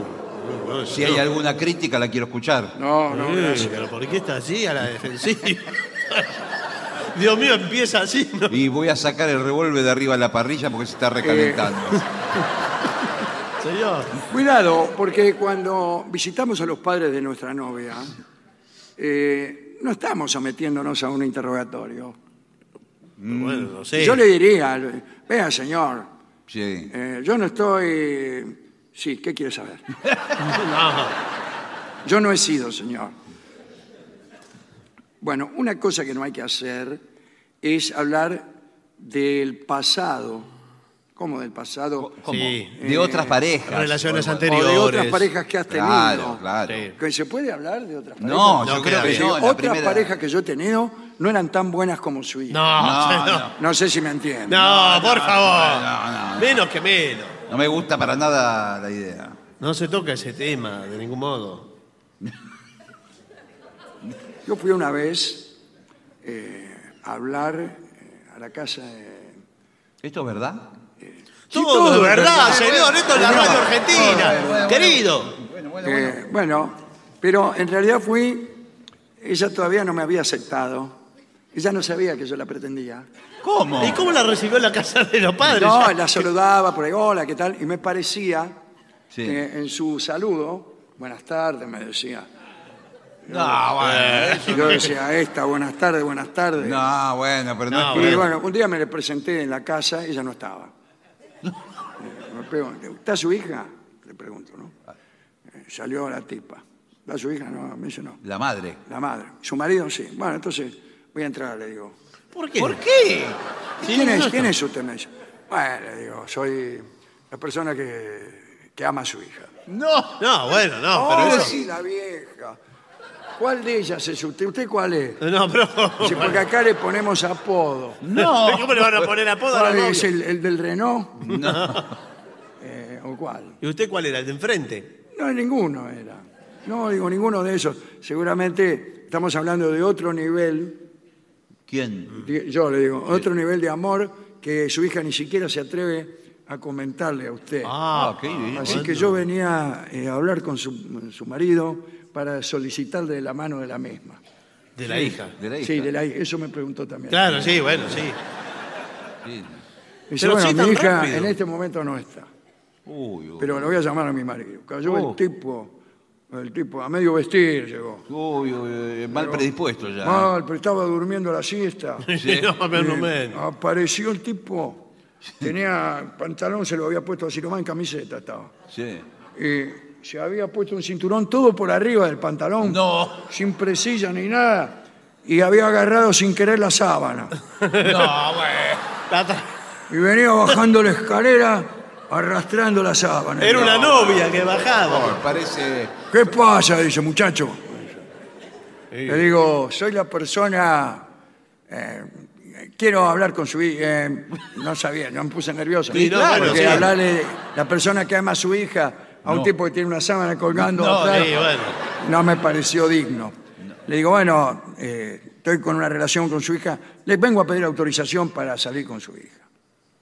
Si hay alguna crítica, la quiero escuchar.
No, no,
Eh,
gracias.
pero ¿por qué está así a la defensiva? Dios mío, empieza así. ¿no?
Y voy a sacar el revólver de arriba de la parrilla porque se está recalentando.
Eh. Señor.
Cuidado, porque cuando visitamos a los padres de nuestra novia, eh, no estamos sometiéndonos a un interrogatorio.
Bueno, no sé.
Yo le diría, vea señor,
Sí.
eh, yo no estoy... Sí, ¿qué quiere saber?
No.
Yo no he sido, señor. Bueno, una cosa que no hay que hacer es hablar del pasado. ¿Cómo del pasado?
¿Cómo?
Sí.
De otras parejas.
Relaciones
Bueno,
O
anteriores.
de otras parejas que has tenido.
Claro, claro.
Sí.
Que se puede hablar de otras parejas.
No,
No, yo
queda
creo que
bien.
no. en la
otras
primera-
parejas que yo he tenido no eran tan buenas como su hija.
No, no,
No, no.
No sé si me entienden.
No, por favor.
no, no, no.
Menos que menos.
No me gusta para nada la idea.
No se toca ese tema de ningún modo.
Yo fui una vez eh, a hablar eh, a la casa de...
¿Esto es verdad?
Sí,
Todo,
todo
es
es
verdad,
verdad.
señor. Esto es la radio argentina.
Bueno, bueno,
Querido.
Eh, bueno. pero en realidad fui, ella todavía no me había aceptado. Ella no sabía que yo la pretendía.
¿Cómo?
¿Y cómo la recibió la casa de los padres?
No,
Ya-
la saludaba por ahí, hola, ¿qué tal? Y me parecía
Sí.
Eh,
que en su saludo, buenas tardes, me decía.
No,
eh.
bueno.
Y yo decía, esta, buenas tardes, buenas tardes.
No, bueno, pero no,
No,
es-
y
Ah, bueno.
bueno, un día me le presenté en la casa, ella no estaba. Eh, Me pregunté, ¿está su hija? Le pregunto, ¿no? Eh, Salió la tipa. ¿Está su hija? No, me dice no.
La madre.
La madre. Su marido sí. Bueno, entonces voy a entrar, le digo.
¿Por qué?
¿Por qué?
Sí,
¿Quién,
no,
es,
no.
¿Quién es usted? Me dice. Bueno, le digo, soy la persona que, que ama a su hija.
No.
No, bueno, no,
¡Ay,
pero eso.
Oh, sí, la vieja! ¿Cuál de ellas es usted? ¿Usted cuál es?
No, pero.
Dice, porque acá le ponemos apodo.
No.
¿Cómo le van a poner apodo a la
¿Cuál es
novia?
el, el del Renault? No. ¿O cuál?
¿Y usted cuál era? ¿El de enfrente?
No, ninguno era. No, digo, ninguno de esos. Seguramente estamos hablando de otro nivel
¿Quién?
Di- Yo le digo, otro nivel de amor que su hija ni siquiera se atreve a comentarle a usted.
Ah, ok. bien.
Así que yo venía eh, a hablar con su, su marido para solicitarle la mano de la misma.
De la hija.
De la hija.
Sí, de la hija. Eso me preguntó también.
Claro, sí, bueno, sí.
Sí.
Dice,
Pero
bueno,
sí,
mi
tan
hija
rápido.
en este momento no está.
Uy, uy,
Pero lo voy a llamar a mi marido. Cayó
Oh.
el tipo, el tipo, a medio vestir llegó.
uy, uy, mal predispuesto ya.
Mal, pero estaba durmiendo la siesta.
No, pero no
Eh,
menos.
apareció el tipo, tenía pantalón, se lo había puesto así nomás en camiseta estaba.
Sí.
Eh, se había puesto un cinturón todo por arriba del pantalón.
No.
Sin presilla ni nada. Y había agarrado sin querer la sábana.
No, güey. La tra-
Y venía bajando la escalera arrastrando la sábana.
Era una novia que bajaba.
Parece.
¿Qué pasa? Dice, muchacho. Le digo, soy la persona... eh, quiero hablar con su hija. no sabía, no me puse nervioso.
Sí, no, bueno,
porque
sí.
hablarle la persona que ama a su hija a un
No.
tipo que tiene una sábana colgando
No,
atrás,
sí, bueno.
no me pareció digno. Le digo, bueno, eh, estoy con una relación con su hija. Le vengo a pedir autorización para salir con su hija.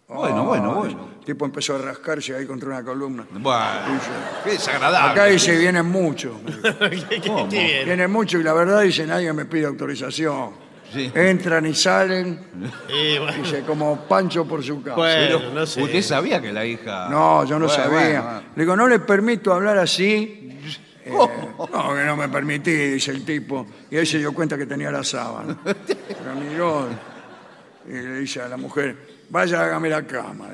Bueno, bueno,
Ah,
bueno.
El tipo empezó a rascarse ahí contra una columna.
Bueno,
Dice,
qué desagradable.
Acá dice, vienen muchos.
Qué- qué- qué bien.
Vienen muchos y la verdad dice, nadie me pide autorización.
Sí.
Entran y salen,
Sí, bueno.
dice, como pancho por su casa.
Bueno,
Pero
no sé.
Usted sabía que la hija.
No, yo no
Bueno,
sabía.
bueno, bueno.
Le digo, no le permito hablar así. Eh,
Oh,
no, que no me permití, dice el tipo. Y ahí se dio cuenta que tenía la sábana. La miró y le dice a la mujer, vaya, hágame la cama.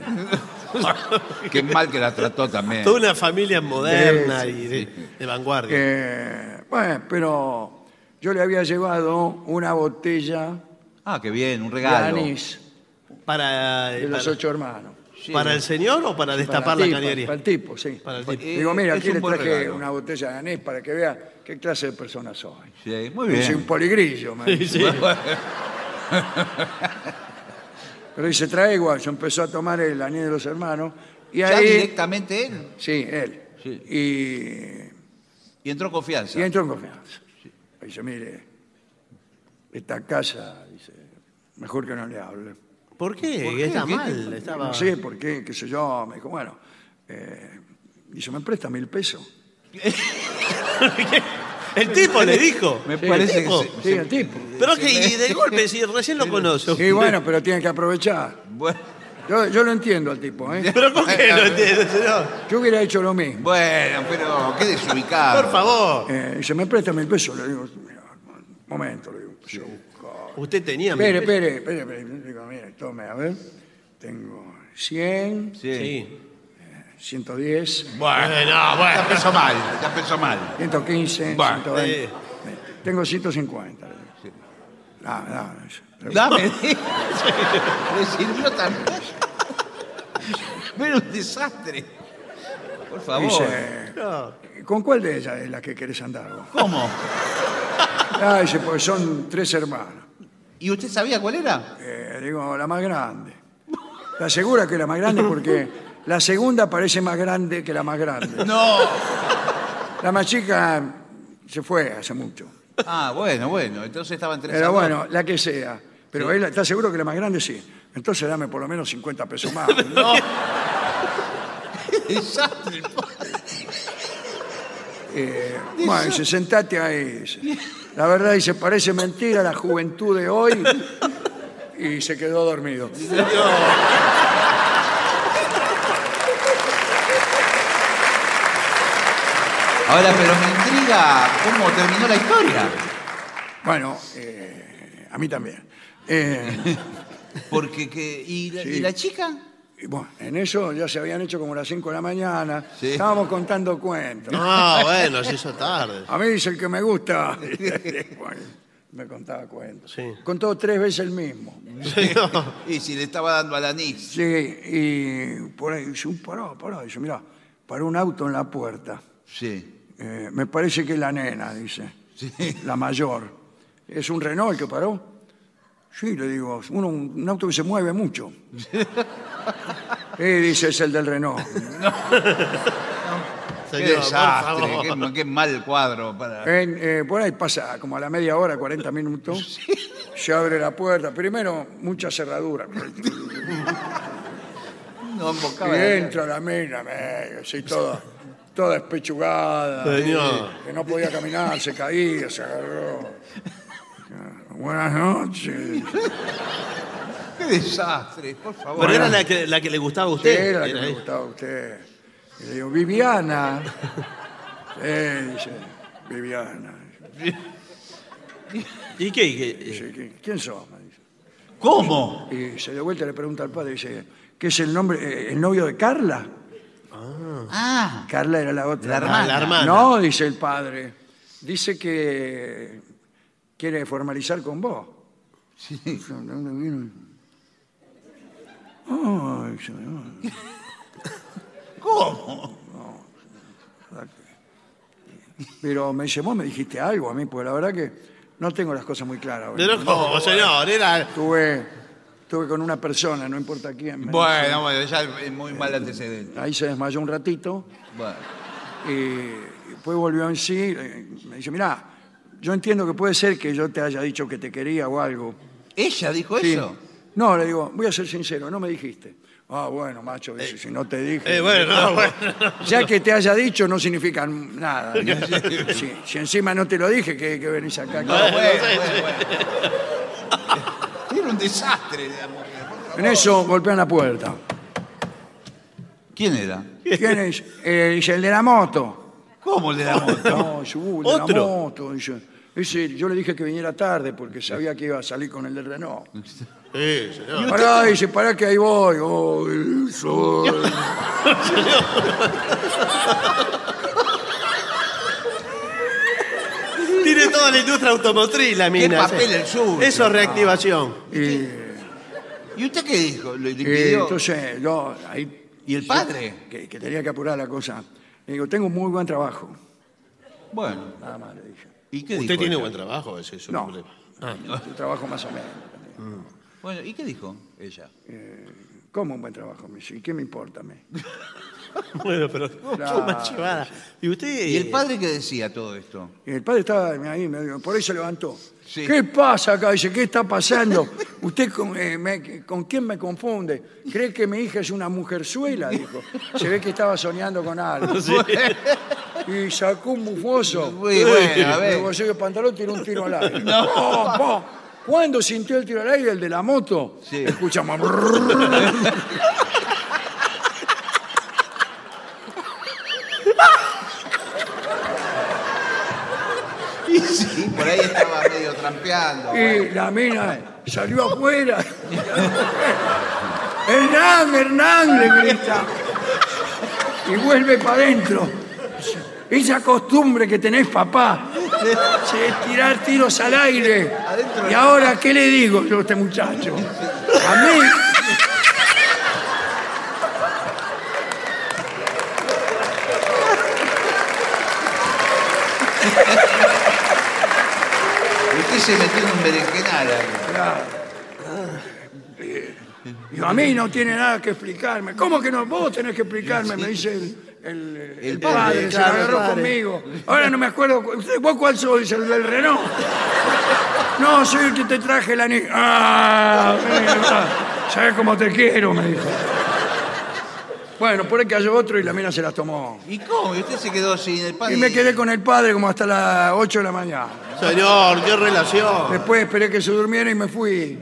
Qué mal que la trató también.
Toda una familia moderna
Sí,
y de, de vanguardia.
Eh, bueno, pero yo le había llevado una botella
Ah, qué bien, un
de
regalo.
anís
para
de los
para,
ocho hermanos.
para el señor o para
Para el
destapar la
tipo,
cañería.
Para el tipo, sí.
Para el tipo.
Le Digo, mira,
Eh,
aquí
es un
le
buen
traje
regalo.
una botella de anís para que vea qué clase de persona soy.
Sí, muy
Dice, un
bien.
poligrillo, me dice.
Sí, sí.
Pero dice, traigo, se empezó a tomar el anís de los hermanos. Y
Ya
ahí,
directamente él.
sí, él.
Sí.
Y,
Y entró confianza.
y entró en confianza. Dice, mire, esta casa, dice, mejor que no le hable.
¿Por qué?
qué?
Está
¿Qué-
mal. Estaba...
Ah.
No sé por qué, qué sé yo. Me dijo, bueno, eh, dice, ¿me presta mil pesos?
El tipo le dijo.
Me
El
parece que
tipo.
se-
Sí, el tipo.
Pero que y de golpe, si recién lo conoce.
Y bueno, pero tiene que aprovechar.
Bueno,
Yo, yo lo entiendo al tipo, ¿eh?
¿Pero por qué no entiende, señor?
Yo hubiera hecho lo mismo.
bueno, pero qué desubicado.
Por favor.
Eh, dice, ¿me presta mil pesos? Le digo, "Mira, un momento, le digo, yo busco".
Usted tenía mil
Espere,
pesos.
espere, espere, espere. Le digo, mire, tome, a ver. Tengo 100,
Sí.
Sí.
110,
Bueno, bueno.
Ya pensó mal, ya pensó mal.
115,
Bah,
120.
eh.
Tengo 150. le digo. No, no, no, yo-
Dame. Le sirvió tan. Pero un desastre. Por favor.
Dice,
No.
¿con cuál de ellas es la que querés andar vos?
¿Cómo?
Ah, dice, pues son tres hermanas.
¿Y usted sabía cuál era?
Eh, digo, la más grande. ¿Estás segura que es la más grande? Porque la segunda parece más grande que la más grande.
No.
La más chica se fue hace mucho.
Ah, bueno, bueno. Entonces estaban tres.
Pero bueno, la que sea. Pero él está seguro que la más grande sí. Entonces dame por lo menos 50 pesos más.
No. Desastre.
Eh, bueno, dice, sentate ahí. dice. La verdad, dice, parece mentira la juventud de hoy. Y se quedó dormido.
Ahora, pero me intriga cómo terminó la historia.
Bueno, eh, a mí también. Eh,
Porque que. ¿Y la, y la chica?
y bueno, en eso ya se habían hecho como las 5 de la mañana.
Sí.
Estábamos contando cuentos.
No, bueno, se hizo tarde.
A mí dice el que me gusta. Bueno, me contaba cuentos.
Sí.
Contó tres veces el mismo.
Y si le estaba dando al anís.
Sí, y por ahí dice, "Uh, paró, paró. Dice, mira, paró un auto en la puerta.
Sí.
Eh, me parece que la nena, dice. La mayor. ¿Es un Renault el que paró? Sí, le digo, uno, un, un auto que se mueve mucho. Y dice, es el del Renault.
Qué
Señor, por
desastre.
favor.
Qué, qué mal cuadro para.
En, eh, por ahí pasa como a la media hora, 40 minutos. Se abre la puerta. Primero, mucha cerradura.
No
Y
embocaba.
entra la mina, medio, así todo, toda espechugada,
Señor.
que no podía caminar, se caía, se agarró. Ah, Buenas noches.
¡Qué desastre! Por favor.
Pero era la que, la que le gustaba a
Sí,
usted. Eh,
era la que
Era
me
ella.
gustaba a usted. Y le digo, Viviana. Sí, dice, Viviana.
¿Y qué? ¿Y qué?
Dice, "¿Qui- ¿quién sos? Me dice.
¿Cómo?
Y se de vuelta y le pregunta al padre, dice, ¿qué es el nombre, eh, el novio de Carla?
Ah,
Carla era la otra.
La hermana.
Ah, La hermana.
No, dice el padre. Dice que quiere formalizar con vos. Sí.
¿Cómo?
Pero me dice, vos me dijiste algo a mí, porque la verdad que no tengo las cosas muy claras. ahora.
Pero ¿cómo, señor? Era...
Estuve, estuve con una persona, no importa quién. me
bueno, bueno, ya es muy mal antecedente.
dice. Ahí se desmayó un ratito.
Bueno.
Eh, después volvió en sí, eh, me dice, mirá, yo entiendo que puede ser que yo te haya dicho que te quería o algo.
¿Ella dijo
Sí.
eso?
No, le digo, voy a ser sincero, no me dijiste. Ah, bueno, macho, dice, si no te dije.
Eh, bueno, no, bueno.
Ya que te haya dicho no significa nada. ¿no? si, si encima no te lo dije, que, que venís acá.
Bueno,
Claro.
bueno, bueno. Era un desastre. la mujer, por favor.
En eso golpean la puerta.
¿Quién era?
¿Quién es? Eh, dice, el de la moto.
¿Cómo le damos?
No, yo, uh, el de la
Otro.
moto. dice. Ese, yo le dije que viniera tarde porque sabía que iba a salir con el del Renault.
Sí, señor.
Pará, dice, pará que ahí voy. Oh, el sol.
Tiene toda la industria automotriz la mina.
papel el suyo?
Eso es reactivación.
Y,
¿Y usted qué dijo? ¿Le, le
y
pidió?
entonces, yo, ahí,
¿Y el padre?
que, que tenía que apurar la cosa, le digo, tengo un muy buen trabajo.
Bueno.
Nada más le dije.
¿Y qué dijo?
Usted tiene
ella?
buen trabajo, ese es un
No.
hombre.
Un trabajo más o menos.
Bueno, ¿y qué dijo ella?
¿Cómo un buen trabajo? Me dice, ¿y qué me importa a mí?
Bueno, pero mucho más llevada. ¿Y usted?
¿Y el padre qué decía todo esto?
Y el padre estaba ahí, me dijo, por ahí se levantó.
Sí.
¿Qué pasa acá? Dice, ¿qué está pasando? ¿Usted con, eh, me- con quién me confunde? ¿Cree que mi hija es una mujerzuela? Dijo. Se ve que estaba soñando con algo. Y sacó un bufoso.
Muy bueno, a
El
ver.
bolsillo del pantalón tiró un tiro al aire. ¡Pum, pum! Cuando sintió el tiro al aire, el de la moto,
Sí.
escuchamos. brrrr.
Sí, por ahí estaba medio trampeando.
Y la mina salió afuera. Hernán, Hernán, le grita. Y vuelve para adentro. Esa costumbre que tenés, papá, de tirar tiros al aire. Y ahora, ¿qué le digo yo a este muchacho? A mí.
Usted se metió en un berenjenal. ahí.
claro. Eh, digo, a mí no tiene nada que explicarme. ¿Cómo que no? Vos tenés que explicarme, me dice el, el- el
padre,
padre, se
claro, el
agarró
padre.
conmigo. Ahora no me acuerdo. cu- ¿Usted- ¿Vos cuál sos? Dice el del Renault. No, soy el que te traje la niña. Ah, ¿Sabes cómo te quiero? Me dijo. Bueno, por ahí cayó otro y la mina se las tomó.
¿Y cómo? ¿Y usted se quedó sin el padre?
Y me quedé con el padre como hasta las 8 de la mañana.
Señor, qué relación.
Después esperé que se durmiera y me fui.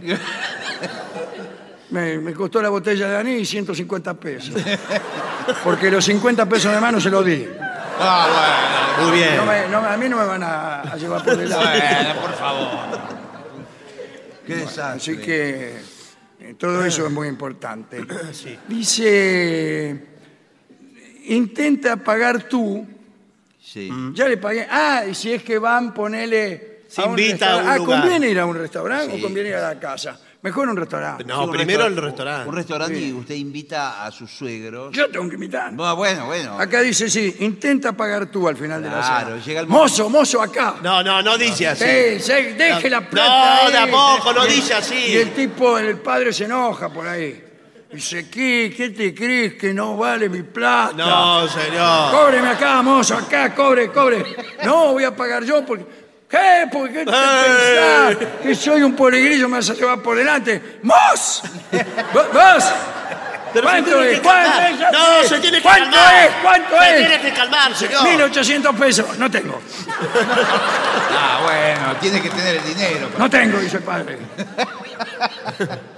Me, me costó la botella de anís 150 pesos. Porque los 50 pesos de mano se los di.
Ah,
Muy bien.
No me- no, a mí no me van a, a llevar por el
bueno.
lado.
Bueno, por favor. Qué desastre.
Así que eh, todo eso es muy importante. Dice, intenta pagar tú.
Sí.
Ya le pagué. Ah, y si es que van, ponele...
Se
a un
invita a un
restaurante. ah,
lugar.
¿conviene ir a un restaurante
Sí.
o conviene ir a la casa? Mejor un restaurante.
No,
Sí, un
primero
restaur-
el restaurante.
Un restaurante y usted invita a sus suegros.
Yo tengo que invitar.
No, bueno, bueno.
Acá dice, sí, intenta pagar tú al final de la cena.
Claro, llega el momento.
Mozo, mozo, acá.
No, no, no dice así.
Sí, sí, deje la plata.
No,
ahí.
tampoco, no
Y el-
dice así.
Y el tipo, el padre se enoja por ahí. Dice, ¿qué, qué te crees que no vale mi plata?
No, señor.
Cóbreme acá, mozo, acá, cobre, cobre. No, voy a pagar yo porque... ¿Qué? ¿Por qué te
¡Eh!
pensás que soy un poligrillo, me vas a llevar por delante? ¡Mos! ¡Vos!
Pero se
¿Cuánto
tiene
es?
que
¿Cuánto
calmar.
es?
No, se tiene que
¿Cuánto
calmar.
es? ¿Cuánto
Se
es?
tiene que calmar, señor.
1800 pesos. No tengo.
Ah, bueno, tiene que tener el dinero.
No tengo, dice el padre.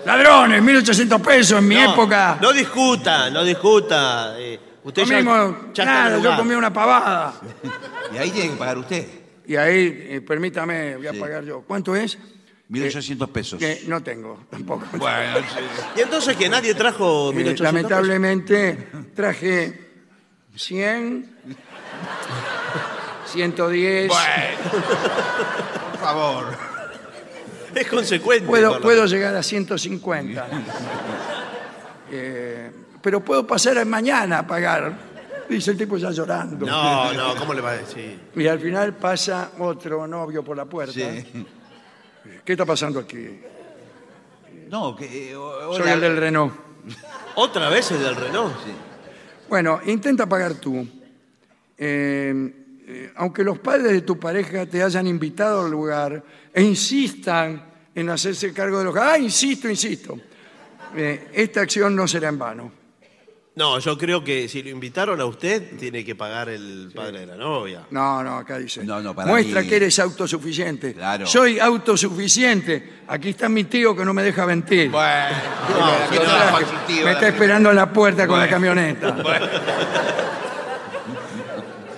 Ladrones, 1800 pesos en mi
No,
época.
No discuta, no discuta. eh, usted ya-
comimos,
ya está en
nada,
el
yo
lugar.
comí una pavada.
Y ahí tiene que pagar usted.
Y ahí, eh, permítame, voy a
Sí.
pagar yo. ¿Cuánto es?
1.800 pesos.
Eh, Que no tengo, tampoco.
Bueno, sí.
Y entonces que nadie trajo
Eh,
1800 pesos.
lamentablemente traje 100, 110.
Bueno. Por favor.
Es consecuente.
Puedo,
por lo
puedo llegar a 150. Eh, pero puedo pasar a mañana a pagar. Dice el tipo ya llorando.
menos. No, no, ¿cómo le va a decir?
Y al final pasa otro novio por la puerta.
Sí.
¿Qué está pasando aquí?
No, que. eh, o-
Soy
hola.
el del Renault.
Otra vez el del Renault.
Bueno, intenta pagar tú. Eh, eh, aunque los padres de tu pareja te hayan invitado al lugar e insistan en hacerse cargo de los... Ah, insisto, insisto. Eh, esta acción no será en vano.
No, yo creo que si lo invitaron a usted, tiene que pagar el padre de la novia.
No, no, acá dice.
No, no, para
Muestra
mí-
que eres autosuficiente.
Claro.
Soy autosuficiente. Aquí está mi tío que no me deja mentir.
Bueno,
No,
que no
señor.
la positiva,
me
la
está esperando en la puerta con la camioneta.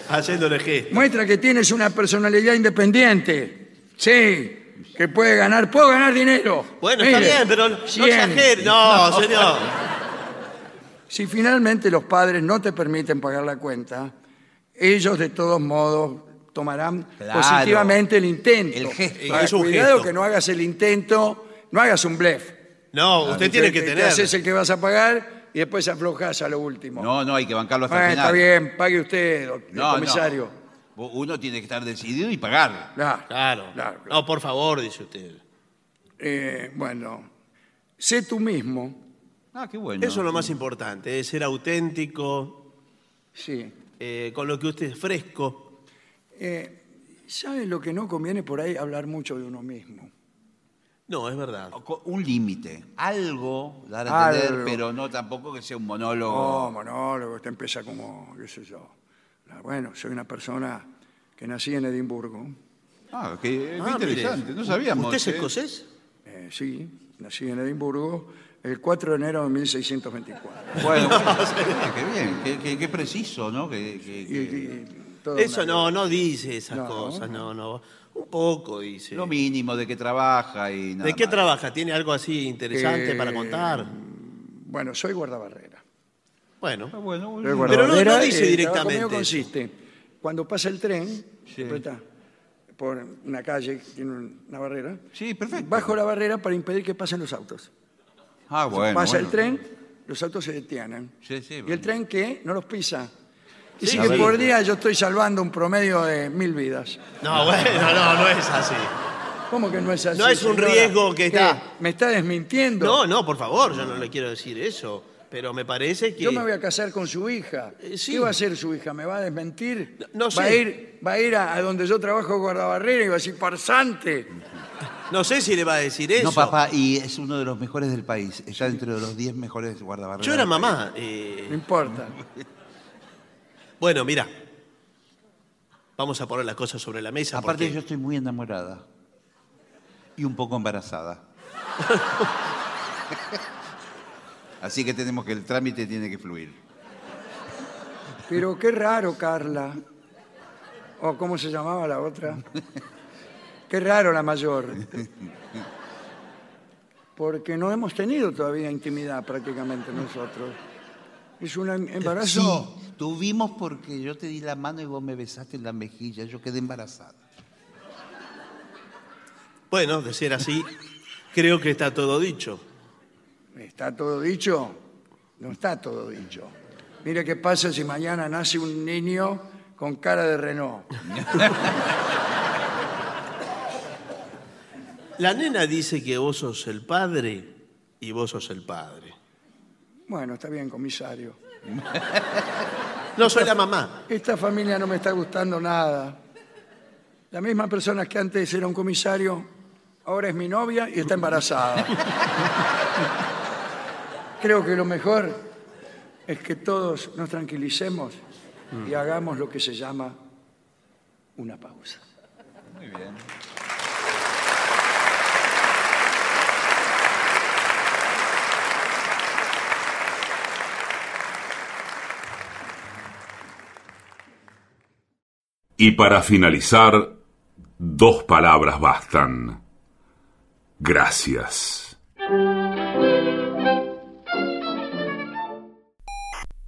Haciéndole gesto.
Muestra que tienes una personalidad independiente. Sí, que puede ganar, puedo ganar dinero.
Bueno, está
Mire,
bien, pero no
100.
exagere. No, señor.
Si finalmente los padres no te permiten pagar la cuenta, ellos de todos modos tomarán
Claro.
positivamente el intento.
El gesto.
Ahora,
Es un
cuidado
gesto.
que no hagas el intento, no hagas un blef.
No, usted tiene que
Te- te
tener.
haces el que vas a pagar y después aflojas a lo último.
No, no, hay que bancarlo hasta
Bueno,
el final.
Ah, está bien, pague usted, doctor,
No, no.
comisario.
Uno tiene que estar decidido y pagar.
Claro.
Claro.
Claro, claro.
No, por favor, dice usted.
Eh, bueno, sé tú mismo,
Ah, qué bueno.
Eso es lo más importante, es ser auténtico,
sí.
eh, con lo que usted es fresco.
Eh, ¿Sabes lo que no conviene por ahí? Hablar mucho de uno mismo.
No, es verdad.
Co- Un límite. Algo dar a entender,
Algo.
pero no tampoco que sea un
Oh,
monólogo.
monólogo, te empieza como, qué sé yo. Ah, Bueno, soy una persona que nací en Edimburgo.
Ah, qué, qué
Ah, mire.
interesante. No sabíamos.
¿Usted es
eh.
escocés?
Eh, sí, nací en Edimburgo el 4 de enero de 1624.
Bueno, ah, qué bien. Qué, qué- qué preciso, ¿no? Que- que-
Y-
que-
y todo
Eso
una-
no, no dice esas
No.
cosas, no, no. Un poco dice.
Lo mínimo de que trabaja y nada
¿De qué
más.
trabaja? ¿Tiene algo así interesante
Eh,
para contar?
Bueno, soy guardabarrera.
Ah,
Bueno,
bueno,
Pero
bueno.
guarda- no- no
guardadera,
dice
el
directamente
trabajo mío
eso.
consiste, cuando pasa el tren,
Sí.
aprieta por una calle que tiene un- una barrera,
Sí, perfecto.
bajo la barrera para impedir que pasen los autos.
Ah, bueno.
pasa
bueno.
el tren, los autos se detienen.
Sí, sí,
y el
bueno.
tren que no los pisa. Dice
Sí,
que
sí.
por día yo estoy salvando un promedio de mil vidas.
no, bueno, no, no es así.
¿Cómo que no es así?
No es un
señora?
riesgo que
¿Qué?
está-
¿Me está desmintiendo?
No, no, por favor, yo no le quiero decir eso, pero me parece que...
Yo me voy a casar con su hija.
Eh, sí.
¿Qué va a hacer su hija? ¿Me va a desmentir?
No, no
Va a
sé.
ir, va a, ir a, a donde yo trabajo guardabarrera y va a decir farsante.
No sé si le va a decir eso.
No, papá, y es uno de los mejores del país. Está dentro de los 10 mejores guardabarreras.
Yo era
del
mamá.
No
eh,
importa.
bueno, mira. Vamos a poner las cosas sobre la mesa.
Aparte
porque-
yo estoy muy enamorada y un poco embarazada. Así que tenemos que el trámite tiene que fluir.
Pero qué raro, Carla. O cómo se llamaba la otra. Qué raro la mayor. Porque no hemos tenido todavía intimidad prácticamente nosotros. Es un em- embarazo.
Sí, tuvimos porque yo te di la mano y vos me besaste en la mejilla, yo quedé embarazada.
Bueno, de ser así, creo que está todo dicho.
¿Está todo dicho? No está todo dicho. Mire qué pasa si mañana nace un niño con cara de Renault.
La nena dice que vos sos el padre y vos sos el padre.
Bueno, está bien, comisario.
No soy la mamá.
Esta familia no me está gustando nada. La misma persona que antes era un comisario, ahora es mi novia y está embarazada. Creo que lo mejor es que todos nos tranquilicemos y hagamos lo que se llama una pausa.
Muy bien.
Y para finalizar, dos palabras bastan. Gracias.